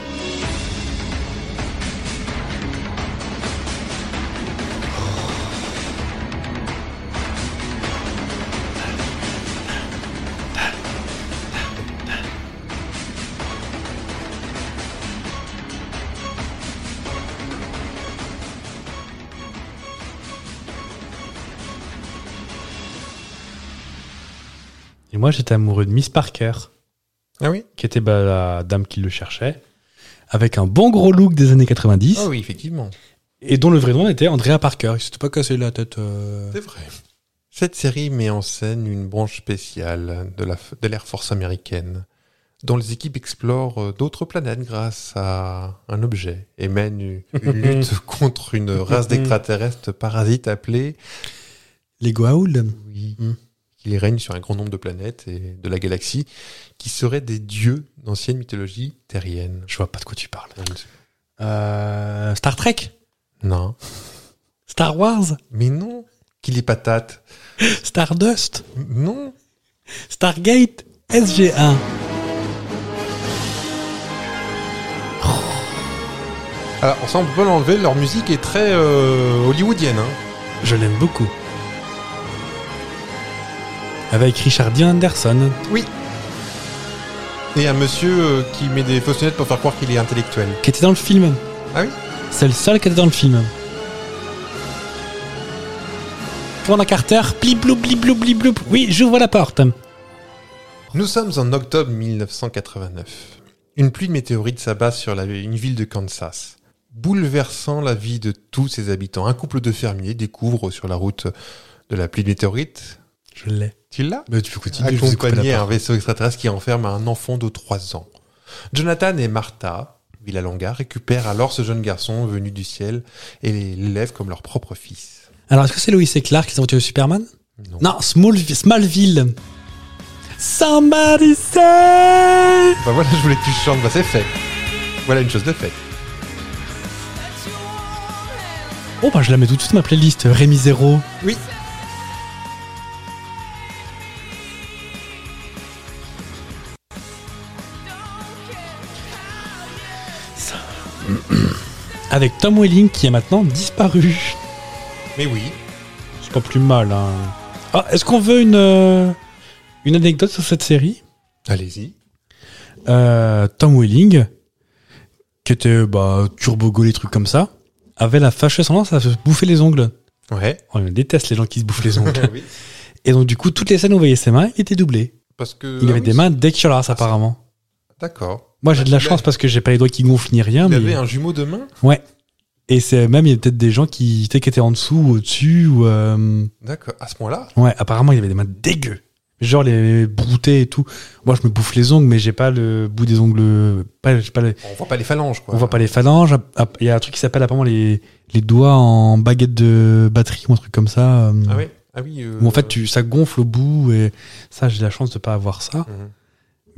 Speaker 4: Et moi, j'étais amoureux de Miss Parker.
Speaker 5: Ah oui
Speaker 4: Qui était bah, la dame qui le cherchait, avec un bon gros look des années 90,
Speaker 5: Ah oui, effectivement.
Speaker 4: et dont le vrai nom était Andrea Parker. Il s'était pas cassé la tête. euh.
Speaker 5: C'est vrai. Cette série met en scène une branche spéciale de la- de l'Air Force américaine, dont les équipes explorent euh, d'autres planètes grâce à un objet et mènent une
Speaker 4: [laughs]
Speaker 5: une lutte contre une race d'extraterrestres parasites appelée
Speaker 4: Les Goa'uld.
Speaker 5: oui, qui règne sur un grand nombre de planètes et de la galaxie, qui seraient des dieux d'ancienne mythologie terrienne.
Speaker 4: Je vois pas de quoi tu parles. Euh, Star Trek
Speaker 5: Non.
Speaker 4: Star Wars
Speaker 5: Mais non Qu'il est patate
Speaker 4: Stardust
Speaker 5: Non
Speaker 4: Stargate SG1
Speaker 5: Alors, ça, Ah, on peut pas l'enlever, leur musique est très euh, hollywoodienne. hein.
Speaker 4: Je l'aime beaucoup. Avec Richard Dean Anderson.
Speaker 5: Oui. Et un monsieur euh, qui met des fausses lunettes pour faire croire qu'il est intellectuel.
Speaker 4: Qui était dans le film.
Speaker 5: Ah oui
Speaker 4: C'est le seul qui était dans le film. Tourne à Carter, pli blou pli blou pli blou. Oui, j'ouvre la porte.
Speaker 5: Nous sommes en octobre 1989. Une pluie de météorites s'abat sur la- une ville de Kansas, bouleversant la vie de tous ses habitants. Un couple de fermiers découvre sur la route de la pluie de météorites,
Speaker 4: Je l'ai.
Speaker 5: tu l'as
Speaker 4: Mais tu peux continuer, je vous ai coupé
Speaker 5: Accompagné
Speaker 4: la
Speaker 5: à un
Speaker 4: parole.
Speaker 5: vaisseau extraterrestre qui enferme un enfant de 3 ans. Jonathan et Martha, Villalonga, récupèrent alors ce jeune garçon venu du ciel et l'élèvent comme leur propre fils.
Speaker 4: Alors, est-ce que c'est Lois et Clark qui sont retirés de Superman
Speaker 5: Non.
Speaker 4: Smallville. Smallville. Somebody say
Speaker 5: Bah voilà, je voulais que tu chantes, bah c'est fait. Voilà une chose de fait.
Speaker 4: Oh, bah, je la mets tout de suite dans ma playlist. euh, Rémi Zéro.
Speaker 5: Oui.
Speaker 4: Avec Tom Welling qui est maintenant disparu.
Speaker 5: Mais oui.
Speaker 4: C'est pas plus mal. Hein. Ah, est-ce qu'on veut une, euh, une anecdote sur cette série
Speaker 5: Allez-y.
Speaker 4: Euh, Tom Welling, qui était bah, turbo les trucs comme ça, avait la fâcheuse tendance à se bouffer les ongles.
Speaker 5: Ouais.
Speaker 4: [laughs] On Oh, déteste les gens qui se bouffent [laughs] les ongles.
Speaker 5: oui.
Speaker 4: Et donc, du coup, toutes les scènes où on voyait ses mains, il était doublé.
Speaker 5: Parce que.
Speaker 4: Il
Speaker 5: ah
Speaker 4: avait
Speaker 5: oui,
Speaker 4: des mains dégueulasses, apparemment.
Speaker 5: D'accord.
Speaker 4: Moi, j'ai de la
Speaker 5: Il
Speaker 4: chance
Speaker 5: a-
Speaker 4: parce que j'ai pas les doigts qui gonflent ni rien.
Speaker 5: Il
Speaker 4: mais...
Speaker 5: avait un jumeau de main
Speaker 4: Ouais. Et c'est même, il y a peut-être des gens qui, tu sais, qui étaient en dessous ou au-dessus. Ou, euh,
Speaker 5: D'accord. À ce point-là
Speaker 4: Ouais, apparemment, il avait des mains dégueu. Genre les brouter et tout. Moi, je me bouffe les ongles, mais j'ai pas le bout des ongles. Pas, j'ai pas les-
Speaker 5: On voit pas les phalanges, quoi.
Speaker 4: On voit pas les phalanges. Ah, Il y a un truc qui s'appelle apparemment les, les doigts en baguette de batterie ou un truc comme ça. euh,
Speaker 5: Ah oui, ah oui. euh,
Speaker 4: Où en fait, tu, ça gonfle au bout et ça, j'ai la chance de pas avoir ça.
Speaker 5: Mhm.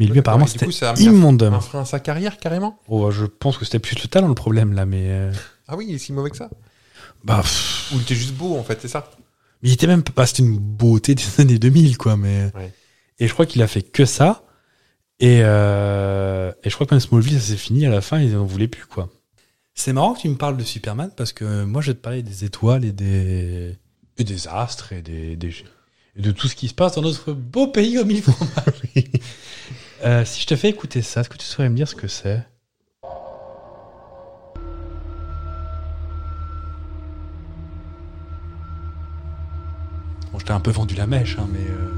Speaker 4: Mais lui, apparemment,
Speaker 5: Et du
Speaker 4: c'était
Speaker 5: coup, ça a mis un- Ah.
Speaker 4: immonde.
Speaker 5: Un frein à sa carrière, carrément.
Speaker 4: Oh, je pense que c'était plus le talent le problème là, mais euh,
Speaker 5: Ah oui, il est si mauvais que ça.
Speaker 4: bah, pff,
Speaker 5: Ou il était juste beau, en fait, c'est ça.
Speaker 4: mais il était même pas. C'était une beauté des années 2000 quoi, mais
Speaker 5: Ouais.
Speaker 4: et je crois qu'il a fait que ça. Et, euh, et je crois que même Smallville, ça s'est fini à la fin, ils en voulaient plus quoi. C'est marrant que tu me parles de Superman parce que euh, moi, je vais te parler des étoiles et des et des astres et des, des- et de tout ce qui se passe dans notre beau pays au mille [laughs] fromages. Euh, si je te fais écouter ça, est-ce que tu saurais me dire ce que c'est Bon, je t'ai un peu vendu la mèche, hein, mais. euh,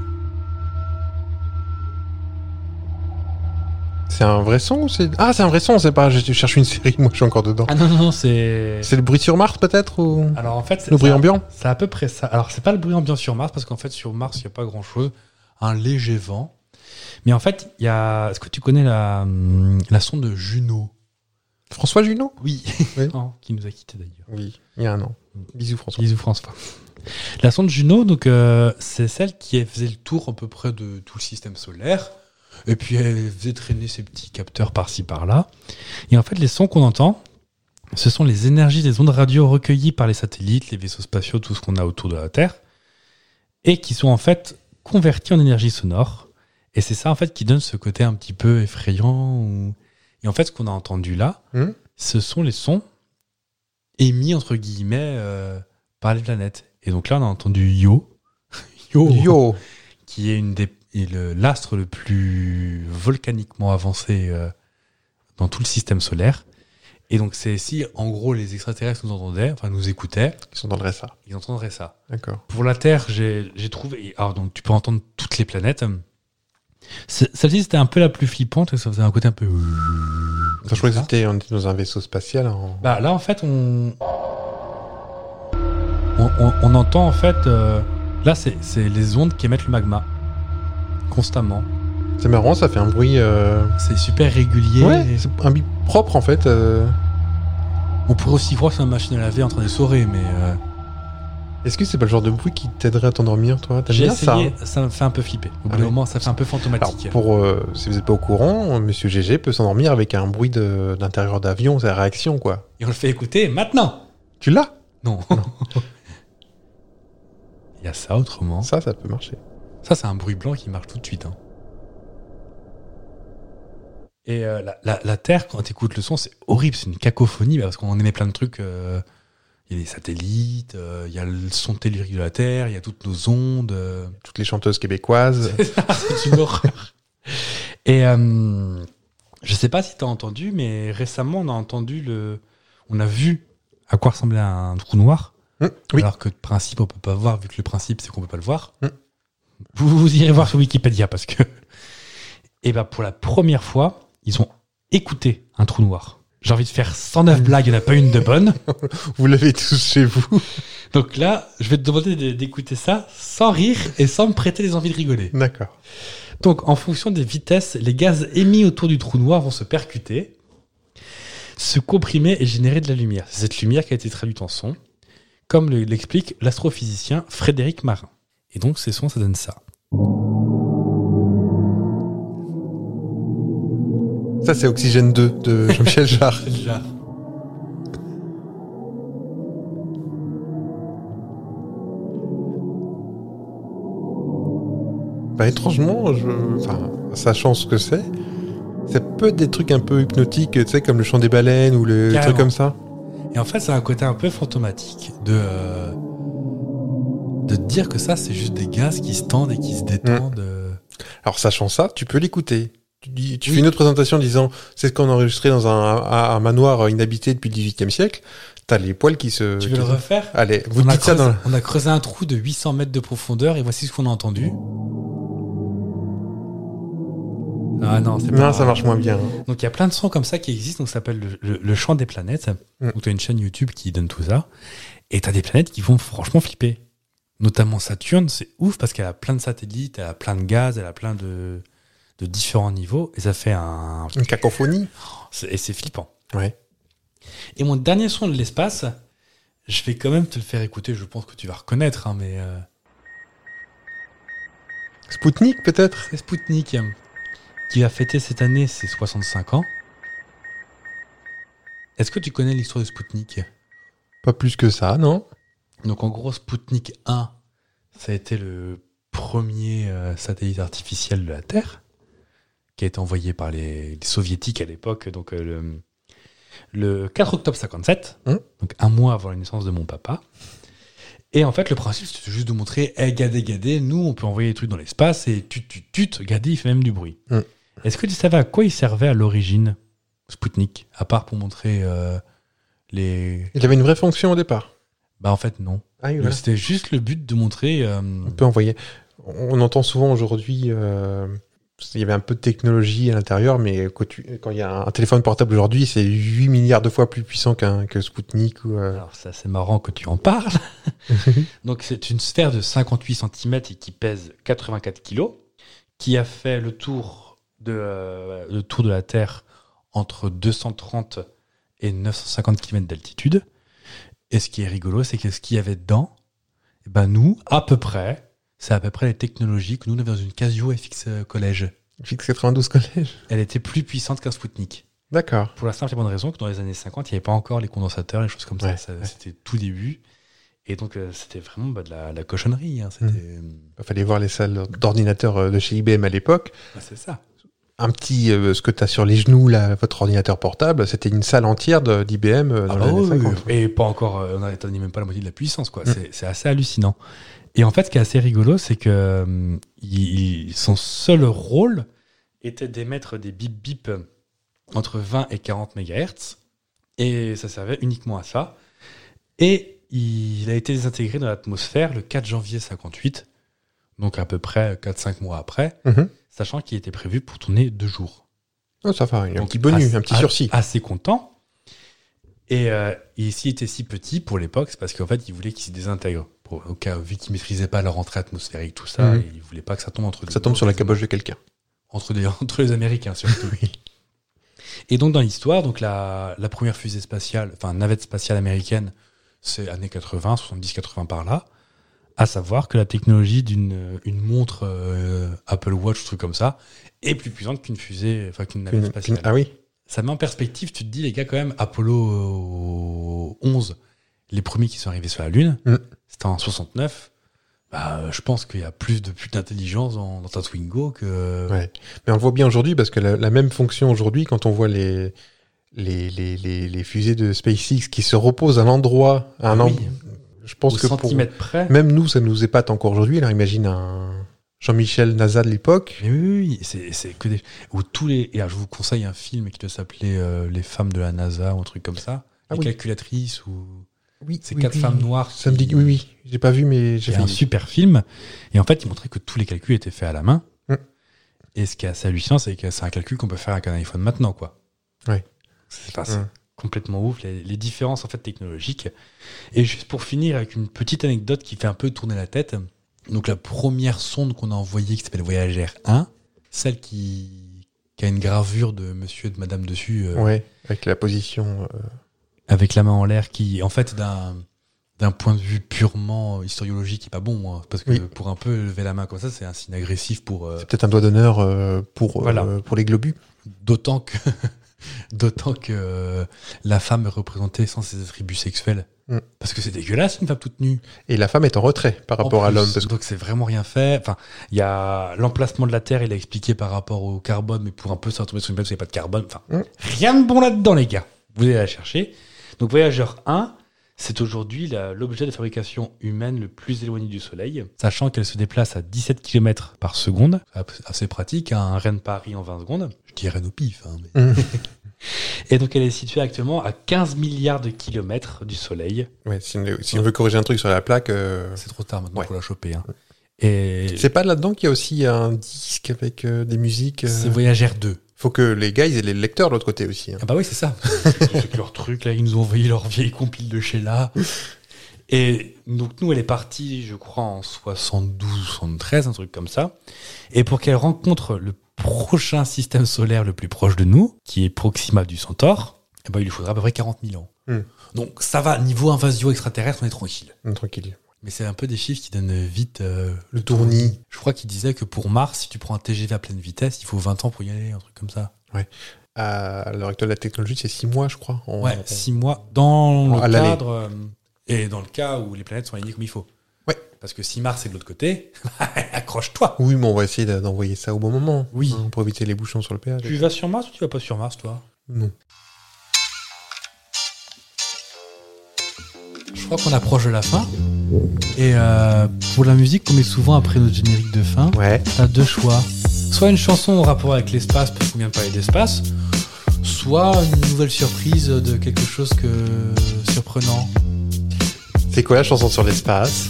Speaker 5: C'est un vrai son ou c'est. Ah, c'est un vrai son, c'est pas. Je je cherche une série, [laughs] moi, je suis encore dedans.
Speaker 4: Ah non, non, non, c'est.
Speaker 5: C'est le bruit sur Mars, peut-être ou...
Speaker 4: Alors en fait, c'est-
Speaker 5: Le bruit
Speaker 4: c'est à-
Speaker 5: ambiant
Speaker 4: C'est à peu près ça. Alors c'est pas le bruit ambiant sur Mars, parce qu'en fait, sur Mars, il n'y a pas grand chose. Un léger vent. Mais en fait, il y a. Est-ce que tu connais la, hum, la sonde de Juno
Speaker 5: François Junot
Speaker 4: [laughs] Oui.
Speaker 5: Oui.
Speaker 4: Oh, qui nous a quittés d'ailleurs.
Speaker 5: Oui, il y a un an. Bisous, François.
Speaker 4: Bisous François. La sonde Juno, donc, euh, c'est celle qui faisait le tour à peu près de tout le système solaire. Et puis elle faisait traîner ses petits capteurs par-ci par-là. Et en fait, les sons qu'on entend, ce sont les énergies des ondes radio recueillies par les satellites, les vaisseaux spatiaux, tout ce qu'on a autour de la Terre, et qui sont en fait convertis en énergie sonore. Et c'est ça en fait qui donne ce côté un petit peu effrayant. ou- Et en fait, ce qu'on a entendu là,
Speaker 5: Mhm.
Speaker 4: ce sont les sons émis entre guillemets euh, par les planètes. Et donc là, on a entendu Io, Yo, [laughs]
Speaker 5: Yo
Speaker 4: qui est une des est le- l'astre le plus volcaniquement avancé euh, dans tout le système solaire. Et donc c'est si en gros les extraterrestres nous entendaient, enfin nous écoutaient,
Speaker 5: Ils sont dans le RSA.
Speaker 4: ils entendraient ça.
Speaker 5: D'accord.
Speaker 4: Pour la Terre, j'ai j'ai trouvé. Alors, donc, tu peux entendre toutes les planètes. C'est- Celle-ci, c'était un peu la plus flippante, parce que ça faisait un côté un peu.
Speaker 5: Franchement, ils étaient- on était dans un vaisseau spatial. en-
Speaker 4: Bah, là, en fait, on. On, on- on entend, en fait. euh, Là, c'est c'est les ondes qui émettent le magma. Constamment.
Speaker 5: C'est marrant, ça fait un bruit. euh,
Speaker 4: C'est super régulier.
Speaker 5: Ouais, c'est un bip propre en fait. euh.
Speaker 4: On pourrait aussi croire que c'est une machine à laver en train de sorer, mais. euh,
Speaker 5: Est-ce que c'est pas le genre de bruit qui t'aiderait à t'endormir, toi T'aimes
Speaker 4: J'ai
Speaker 5: bien ça,
Speaker 4: essayé,
Speaker 5: hein
Speaker 4: ça, me fait un peu flipper. Au bout
Speaker 5: Ah
Speaker 4: d'un
Speaker 5: ouais.
Speaker 4: moment, ça fait un peu
Speaker 5: Alors,
Speaker 4: fantomatique.
Speaker 5: pour, euh, si vous n'êtes pas au courant, euh, Monsieur GG peut s'endormir avec un bruit de- d'intérieur d'avion, c'est la réaction quoi.
Speaker 4: Et on le fait écouter maintenant
Speaker 5: Tu l'as
Speaker 4: Non. [laughs] Il y a ça autrement.
Speaker 5: Ça, ça peut marcher.
Speaker 4: Ça, c'est un bruit blanc qui marche tout de suite. hein. Et euh, la, la- la Terre, quand t'écoutes le son, c'est horrible, c'est une cacophonie, bah, parce qu'on émet plein de trucs. euh, Il y a des satellites, euh, il y a le son tellurique de la Terre, il y a toutes nos ondes. euh,
Speaker 5: Toutes les chanteuses québécoises. [laughs]
Speaker 4: c'est une horreur. Et euh, je sais pas si t'as entendu, mais récemment, on a entendu le... On a vu à quoi ressemblait un trou noir.
Speaker 5: Hum, oui.
Speaker 4: Alors que de principe, on peut pas voir, vu que le principe, c'est qu'on peut pas le voir.
Speaker 5: Mm.
Speaker 4: Vous, vous irez voir sur Wikipédia parce que. [laughs] Et ben, pour la première fois, ils ont écouté un trou noir. J'ai envie de faire 109 blagues, il n'y en a pas une de bonne.
Speaker 5: Vous l'avez tous chez vous. [laughs]
Speaker 4: Donc là, je vais te demander de- d'écouter ça sans rire et sans me prêter les envies de rigoler.
Speaker 5: D'accord.
Speaker 4: Donc, en fonction des vitesses, les gaz émis autour du trou noir vont se percuter, se comprimer et générer de la lumière. C'est cette lumière qui a été traduite en son, comme le- l'explique l'astrophysicien Frédéric Marin. Et donc, ces sons, ça donne ça.
Speaker 5: Ça, c'est Oxygène 2 de [laughs] Jean-Michel Jarre. Bah, étrangement, je... enfin, sachant ce que c'est, c'est peut-être des trucs un peu hypnotiques, tu sais, comme le chant des baleines ou le
Speaker 4: Carrément.
Speaker 5: truc comme ça.
Speaker 4: Et en fait, ça a un côté un peu fantomatique de, euh, de te dire que ça, c'est juste des gaz qui se tendent et qui se détendent. euh.
Speaker 5: Alors, sachant ça, tu peux l'écouter. Tu, dis- tu fais une autre présentation en disant c'est ce qu'on a enregistré dans un, un- un manoir inhabité depuis le 18 siècle. T'as les poils qui se.
Speaker 4: Tu veux le
Speaker 5: qui-
Speaker 4: refaire
Speaker 5: Allez, vous
Speaker 4: on, a
Speaker 5: dites ça
Speaker 4: creusé,
Speaker 5: dans.
Speaker 4: on a creusé un trou de 800 mètres de profondeur et voici ce qu'on a entendu. Ah non, c'est pas
Speaker 5: Non, ça marche moins bien.
Speaker 4: Donc il y a plein de sons comme ça qui existent, donc ça s'appelle le, le- le chant des planètes,
Speaker 5: Mm.
Speaker 4: où tu as une chaîne YouTube qui donne tout ça, et tu as des planètes qui vont franchement flipper. notamment Saturne, c'est ouf parce qu'elle a plein de satellites, elle a plein de gaz, elle a plein de, de différents niveaux et ça fait un.
Speaker 5: Une cacophonie.
Speaker 4: C'est- Et c'est flippant.
Speaker 5: Ouais.
Speaker 4: Et mon dernier son de l'espace, je vais quand même te le faire écouter, je pense que tu vas reconnaître, hein, mais. euh,
Speaker 5: Spoutnik, peut-être
Speaker 4: C'est Spoutnik hein, qui va fêter cette année ses 65 ans. Est-ce que tu connais l'histoire de Spoutnik
Speaker 5: Pas plus que ça, non
Speaker 4: Donc en gros, Spoutnik 1, ça a été le premier euh, satellite artificiel de la Terre, qui a été envoyé par les, les soviétiques à l'époque, donc euh, le, le 4 octobre 57,
Speaker 5: Hein
Speaker 4: donc un mois avant la naissance de mon papa. Et en fait, le principe, c'était juste de montrer, hey, gadez, gadez, nous, on peut envoyer des trucs dans l'espace, et tut, tut, tut, gadez, il fait même du bruit.
Speaker 5: Hein.
Speaker 4: Est-ce que tu savais à quoi il servait à l'origine, Spoutnik, à part pour montrer euh, les...
Speaker 5: Il avait une vraie fonction au départ.
Speaker 4: Bah en fait, non.
Speaker 5: Ah oui,
Speaker 4: Le-
Speaker 5: voilà.
Speaker 4: C'était juste le but de montrer. euh,
Speaker 5: On peut envoyer. On entend souvent aujourd'hui. euh, Il y avait un peu de technologie à l'intérieur, mais quand, tu- quand il y a un téléphone portable aujourd'hui, c'est 8 milliards de fois plus puissant qu'un que Sputnik. Ou, euh,
Speaker 4: Alors, ça, c'est marrant que tu en parles. [laughs] Donc, c'est une sphère de 58 cm et qui pèse 84 kg, qui a fait le tour de, euh, le tour de la Terre entre 230 et 950 km d'altitude. Et ce qui est rigolo, c'est que ce qu'il y avait dedans, eh ben nous, à peu près, c'est à peu près les technologies que nous, on avait dans une Casio FX euh, Collège.
Speaker 5: fixe 92 collège.
Speaker 4: Elle était plus puissante qu'un Spoutnik.
Speaker 5: D'accord.
Speaker 4: Pour la simple et bonne raison que dans les années 50, il n'y avait pas encore les condensateurs, les choses comme ça.
Speaker 5: Ouais,
Speaker 4: Ça,
Speaker 5: ouais.
Speaker 4: C'était tout début. Et donc, euh, c'était vraiment bah, de, la, de la cochonnerie. hein. C'était.
Speaker 5: Il fallait voir les salles d'ordinateur euh, de chez IBM à l'époque.
Speaker 4: Bah, c'est ça.
Speaker 5: Un petit, euh, ce que tu as sur les genoux, là, votre ordinateur portable, c'était une salle entière de- d'IBM euh, dans
Speaker 4: Ah bah
Speaker 5: les années
Speaker 4: oui,
Speaker 5: 50.
Speaker 4: oui. Et pas encore, euh, on n'atteint même pas la moitié de la puissance, quoi. C'est- C'est assez hallucinant. Et en fait, ce qui est assez rigolo, c'est que euh, il- il- son seul rôle était d'émettre des bip bip entre 20 et 40 MHz. Et ça servait uniquement à ça. Et il a été désintégré dans l'atmosphère le 4 janvier 58, donc à peu près 4-5 mois après,
Speaker 5: Mhm.
Speaker 4: sachant qu'il était prévu pour tourner deux jours.
Speaker 5: Oh, ça va, il y a un
Speaker 4: Donc, ah,
Speaker 5: petit bonus,
Speaker 4: assez-
Speaker 5: un petit
Speaker 4: a-
Speaker 5: sursis.
Speaker 4: Assez content. Et euh, et s'il était si petit pour l'époque, c'est parce qu'en fait, ils voulaient qu'il se désintègre. Pour, au cas, vu qu'ils maîtrisaient pas leur entrée atmosphérique, tout ça,
Speaker 5: Mhm.
Speaker 4: et ils voulaient pas que ça tombe entre
Speaker 5: Ça tombe sur la
Speaker 4: caboche
Speaker 5: caboche de quelqu'un.
Speaker 4: entre, des- entre les [laughs] Américains
Speaker 5: [laughs]
Speaker 4: surtout. Et donc dans l'histoire, donc la, la première fusée spatiale, enfin navette spatiale américaine, c'est années 80, 70-80 par là. À savoir que la technologie d'une une montre euh, Apple Watch, truc comme ça, est plus puissante qu'une fusée, enfin qu'une navette
Speaker 5: Qu'une-
Speaker 4: spatiale.
Speaker 5: qu'une- Ah oui.
Speaker 4: Ça met en perspective, tu te dis les gars quand même, Apollo euh, 11, les premiers qui sont arrivés sur la Lune,
Speaker 5: Mm.
Speaker 4: c'était en 69. Bah, euh, je pense qu'il y a plus de plus d'intelligence dans, dans ta Twingo que
Speaker 5: Ouais. Mais on le voit bien aujourd'hui parce que la, la même fonction aujourd'hui, quand on voit les, les, les, les, les fusées de SpaceX qui se reposent à l'endroit, à un
Speaker 4: Ah
Speaker 5: en-
Speaker 4: oui.
Speaker 5: je pense
Speaker 4: au
Speaker 5: que pour,
Speaker 4: centimètre près.
Speaker 5: même nous, ça nous épate encore aujourd'hui. Alors imagine un Jean-Michel NASA de l'époque.
Speaker 4: Mais oui, oui, oui, c'est c'est que des. Où tous les. Et alors, je vous conseille un film qui doit s'appeler euh, Les femmes de la NASA ou un truc comme ça.
Speaker 5: Ah
Speaker 4: les
Speaker 5: oui.
Speaker 4: calculatrices ou.
Speaker 5: Oui,
Speaker 4: C'est quatre femmes noires.
Speaker 5: Ça me dit,
Speaker 4: qui-
Speaker 5: oui, oui, j'ai pas vu, mais j'ai
Speaker 4: C'est un
Speaker 5: fait.
Speaker 4: super film. Et en fait, il montrait que tous les calculs étaient faits à la main.
Speaker 5: Mm.
Speaker 4: Et ce qui est assez hallucinant, c'est que c'est un calcul qu'on peut faire avec un iPhone maintenant, quoi.
Speaker 5: Ouais.
Speaker 4: C'est enfin, c'est
Speaker 5: Mm.
Speaker 4: complètement ouf, les, les différences en fait technologiques. Et juste pour finir avec une petite anecdote qui fait un peu tourner la tête. Donc la première sonde qu'on a envoyée, qui s'appelle Voyager 1, celle qui, qui a une gravure de monsieur et de madame dessus, euh,
Speaker 5: Ouais, avec la position. euh,
Speaker 4: avec la main en l'air qui en fait d'un d'un point de vue purement historiologique est pas bon hein, parce que
Speaker 5: Oui.
Speaker 4: pour un peu lever la main comme ça c'est un signe agressif pour euh,
Speaker 5: c'est peut-être un doigt d'honneur euh, pour, euh,
Speaker 4: Voilà.
Speaker 5: pour les globus.
Speaker 4: d'autant que [laughs] d'autant que euh, la femme est représentée sans ses attributs sexuels
Speaker 5: Mm.
Speaker 4: parce que c'est dégueulasse une femme toute nue
Speaker 5: Et la femme est en retrait par rapport
Speaker 4: En
Speaker 5: à
Speaker 4: plus,
Speaker 5: l'homme. Parce que
Speaker 4: donc c'est vraiment rien fait enfin il y a l'emplacement de la terre il a expliqué par rapport au carbone mais pour un peu ça va tomber sur une planète où il n'y a pas de carbone enfin
Speaker 5: Mm.
Speaker 4: rien de bon là-dedans les gars vous allez la chercher donc voyageur 1 c'est aujourd'hui la- l'objet de fabrication humaine le plus éloigné du Soleil, sachant qu'elle se déplace à 17 km par seconde, assez pratique, hein, un Rennes-Paris en 20 secondes. Je dis Rennes au pif. hein, mais-
Speaker 5: Mm.
Speaker 4: [laughs] Et donc elle est située actuellement à 15 milliards de kilomètres du Soleil.
Speaker 5: ouais, si, on, si on veut corriger un truc sur la plaque, euh,
Speaker 4: C'est trop tard maintenant
Speaker 5: Ouais.
Speaker 4: pour la choper. hein. Et
Speaker 5: c'est pas là-dedans qu'il y a aussi un disque avec euh, des musiques. euh,
Speaker 4: c'est Voyageur 2.
Speaker 5: Faut que les gars, ils aient les lecteurs de l'autre côté aussi. hein.
Speaker 4: Ah bah oui, c'est [laughs] ça. Ils ont fait leur truc, là, ils nous ont envoyé leur vieille compile de chez là. Et Donc nous, elle est partie, je crois, en 72, 73, un truc comme ça. Et pour qu'elle rencontre le prochain système solaire le plus proche de nous, qui est Proxima du Centaure, eh ben, il lui faudra à peu près 40 000 ans.
Speaker 5: Hmm.
Speaker 4: Donc ça va, niveau invasion extraterrestre, on est tranquille.
Speaker 5: Hum, Tranquille.
Speaker 4: Mais c'est un peu des chiffres qui donnent vite euh,
Speaker 5: Le tournis.
Speaker 4: Je crois qu'il disait que pour Mars, si tu prends un TGV à pleine vitesse, il faut 20 ans pour y aller, un truc comme ça.
Speaker 5: À l'heure actuelle, la technologie, c'est 6 mois, je crois. en-
Speaker 4: ouais,
Speaker 5: en-
Speaker 4: 6 mois dans
Speaker 5: en-
Speaker 4: le
Speaker 5: à l'aller.
Speaker 4: cadre euh, et dans le cas où les planètes sont alignées comme il faut.
Speaker 5: Ouais.
Speaker 4: Parce que si Mars est de l'autre côté, [laughs] accroche-toi.
Speaker 5: Oui, mais on va essayer d'a- d'envoyer ça au bon moment.
Speaker 4: Oui.
Speaker 5: hein, pour éviter les bouchons sur le péage.
Speaker 4: Tu vas sur Mars ou tu vas pas sur Mars, toi
Speaker 5: Non.
Speaker 4: Je crois qu'on approche de la fin. Et euh, pour la musique qu'on met souvent après notre générique de fin,
Speaker 5: Ouais.
Speaker 4: t'as deux choix. Soit une chanson en rapport avec l'espace, parce qu'on vient de parler d'espace, soit une nouvelle surprise de quelque chose que surprenant.
Speaker 5: C'est quoi la chanson sur l'espace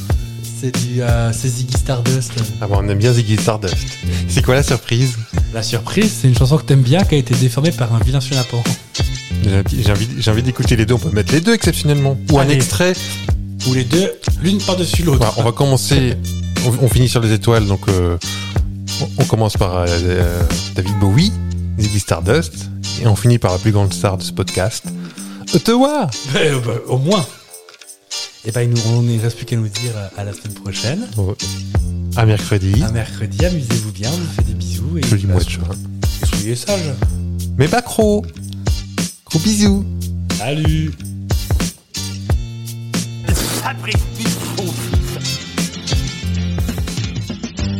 Speaker 4: C'est du euh, c'est Ziggy Stardust.
Speaker 5: Ah bon, on aime bien Ziggy Stardust. C'est quoi la surprise
Speaker 4: La surprise, c'est une chanson que t'aimes bien qui a été déformée par un vilain sunapan.
Speaker 5: J'ai envie- j'ai envie, j'ai envie d'écouter les deux. On peut mettre les deux exceptionnellement. Ou un
Speaker 4: Allez.
Speaker 5: extrait.
Speaker 4: Ou les deux, l'une par-dessus l'autre.
Speaker 5: Voilà, on va commencer. On, on finit sur les étoiles, donc euh, on, on commence par euh, euh, David Bowie, Ziggy Stardust, et on finit par la plus grande star de ce podcast, Ottawa.
Speaker 4: [laughs] Eh ben, au moins. Et ben, il nous, on ne reste plus qu'à nous dire euh, à la semaine prochaine.
Speaker 5: Bon, À mercredi,
Speaker 4: À mercredi, amusez-vous bien, on vous fait des bisous et
Speaker 5: joli
Speaker 4: bah,
Speaker 5: mois de juin.
Speaker 4: soyez sages.
Speaker 5: Mais pas trop. Gros bisous.
Speaker 4: Salut.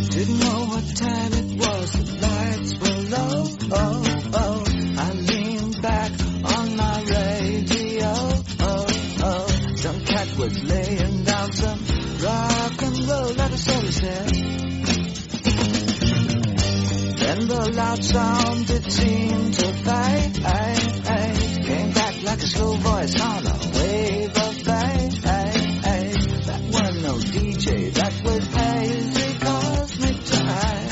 Speaker 11: Didn't know what time it was, the lights were low. Oh, oh, I leaned back on my radio. Oh, oh, some cat was laying down some rock and roll at a soda said. Then the loud sound it seemed to fade. Came back like a slow voice on a wave of fade. That was no DJ, that was hazy cosmic time.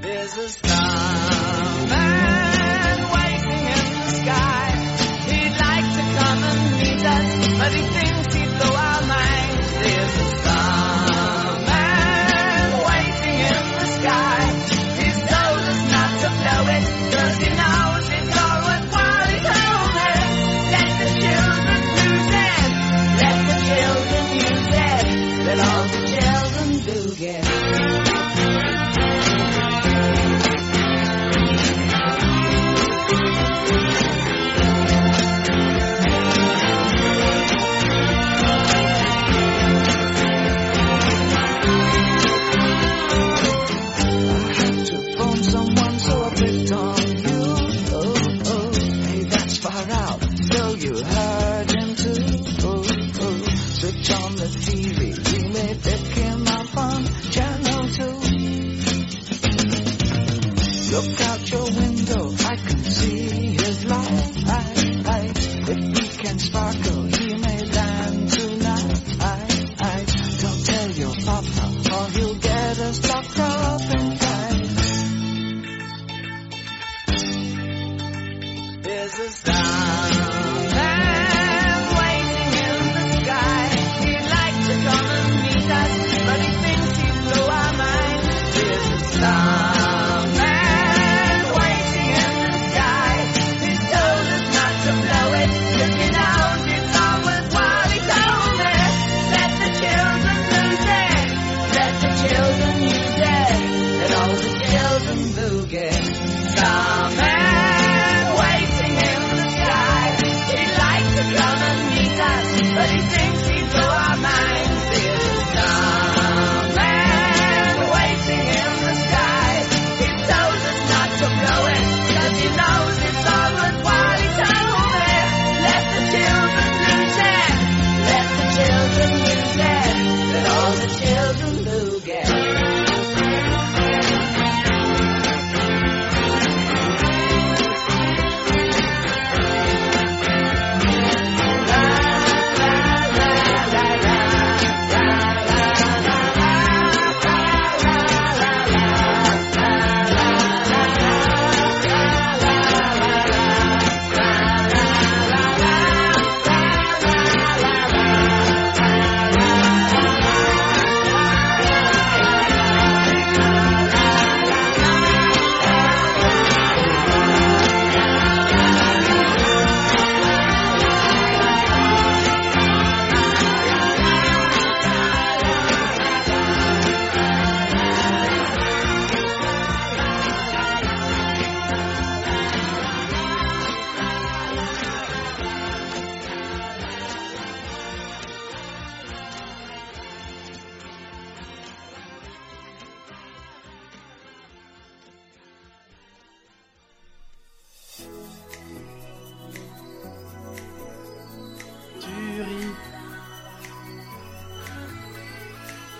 Speaker 11: There's a starman waiting in the sky. He'd like to come and meet us, but he thinks he'd blow our minds. There's a starman waiting in the sky. He's told us not to blow it, cause he knows it's all worthwhile. He's over. Let the children use it. Let the children use it. Let all the children do it. to phone someone so I picked on you. Oh, oh, hey, that's far out. So you heard him too. Oh, oh, switch on the TV. We may pick him up on channel two. Look out your window, I can see his light. If we can sparkle, he may land tonight. Don't tell your papa, or he'll get us locked up in time. There's a starman waiting in the sky. He'd like to come and meet us, but he thinks he blew our mind. There's a starman waiting in the sky. He's told us not to blow it, 'cause he knows it's all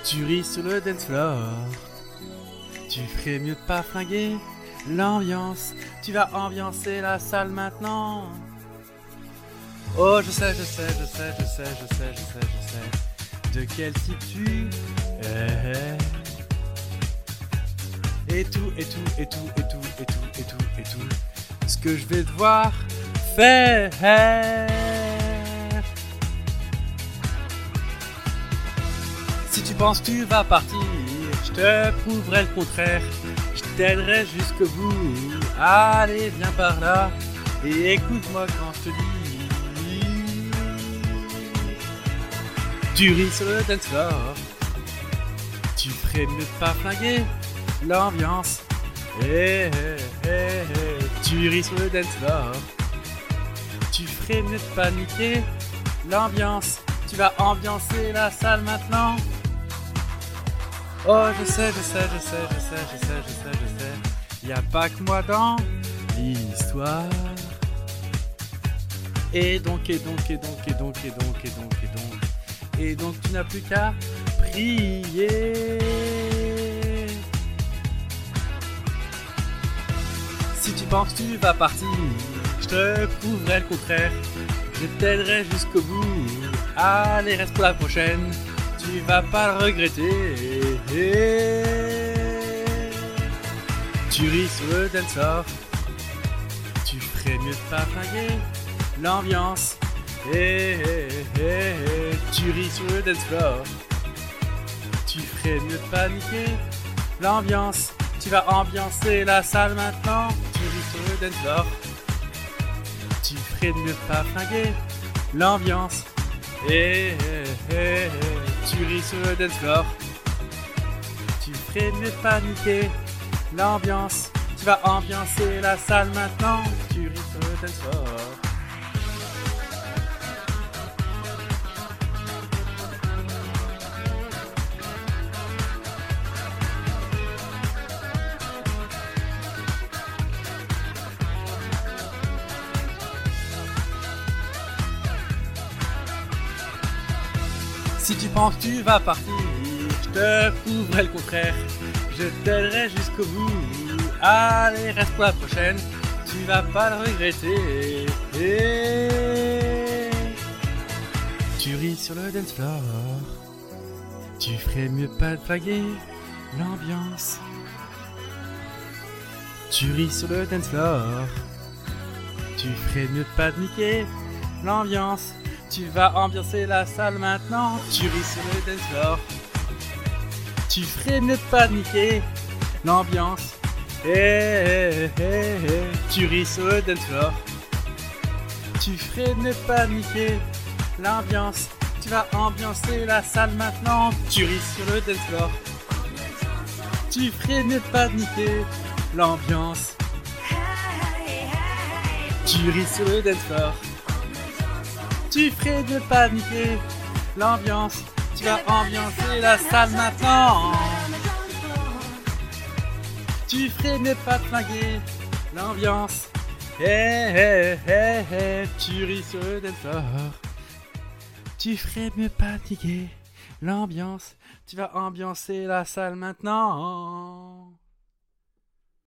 Speaker 3: Tu ris sur le dance floor. Tu ferais mieux de pas flinguer l'ambiance. Tu vas ambiancer la salle maintenant. Oh, je sais, je sais, je sais, je sais, je sais, je sais, je sais. De quel type tu es Et tout, et tout, et tout, et tout, et tout, et tout, et tout. Ce que je vais devoir faire. Si tu penses que tu vas partir, je te prouverai le contraire. Je t'aiderai jusqu'au bout. Allez, viens par là et écoute-moi quand je te dis. Tu ris sur le dance floor. Tu ferais mieux de pas flinguer l'ambiance. Eh, eh, eh, eh. Tu ris sur le dance floor. hein. Tu ferais mieux de paniquer l'ambiance. Tu vas ambiancer la salle maintenant. Oh, je sais, je sais, je sais, je sais, je sais, je sais, je sais. Y a pas que moi dans l'histoire. Et donc, et donc, et donc, et donc, et donc, et donc, et donc. Et donc, tu n'as plus qu'à prier. Si tu penses que tu vas partir, je te prouverai le contraire. Je t'aiderai jusqu'au bout. Allez, reste pour la prochaine. Tu vas pas le regretter. Tu ris sur le dance floor. Tu ferais mieux de pas flinguer l'ambiance. Eh, eh, eh, eh. Tu ris sur le dance floor. Tu ferais mieux de paniquer l'ambiance. Tu vas ambiancer la salle maintenant. Tu ris sur le dance floor. Tu ferais mieux de pas flinguer l'ambiance. Eh, eh, eh, eh. Tu ris sur le dance floor. Tu ferais mieux de paniquer l'ambiance. Tu vas ambiancer la salle maintenant. Tu ris sur le dance floor. Si tu penses que tu vas partir, je te prouverai le contraire. Je t'aiderai jusqu'au bout. Allez, reste pour la prochaine, tu vas pas le regretter. Et... Tu ris sur le dance floor. Tu ferais mieux de pas de flaguer l'ambiance. Tu ris sur le dance floor. Tu ferais mieux de pas de niquer l'ambiance. Tu vas ambiancer la salle maintenant. Tu ris sur le dance floor. Tu ferais mieux de paniquer l'ambiance. Eh, eh, eh, eh. Tu ris sur le dance floor. Tu ferais mieux de paniquer l'ambiance. Tu vas ambiancer la salle maintenant. Tu ris sur le dance floor. Tu ferais mieux de paniquer l'ambiance. Tu ris sur le dance floor. Tu ferais de paniquer l'ambiance. Tu vas ambiancer la salle maintenant. Tu ferais mieux de pas de flinguer l'ambiance. Eh, eh, eh, eh, tu ris sur le dance floor. Tu ferais mieux de paniquer l'ambiance. Tu vas ambiancer la salle maintenant.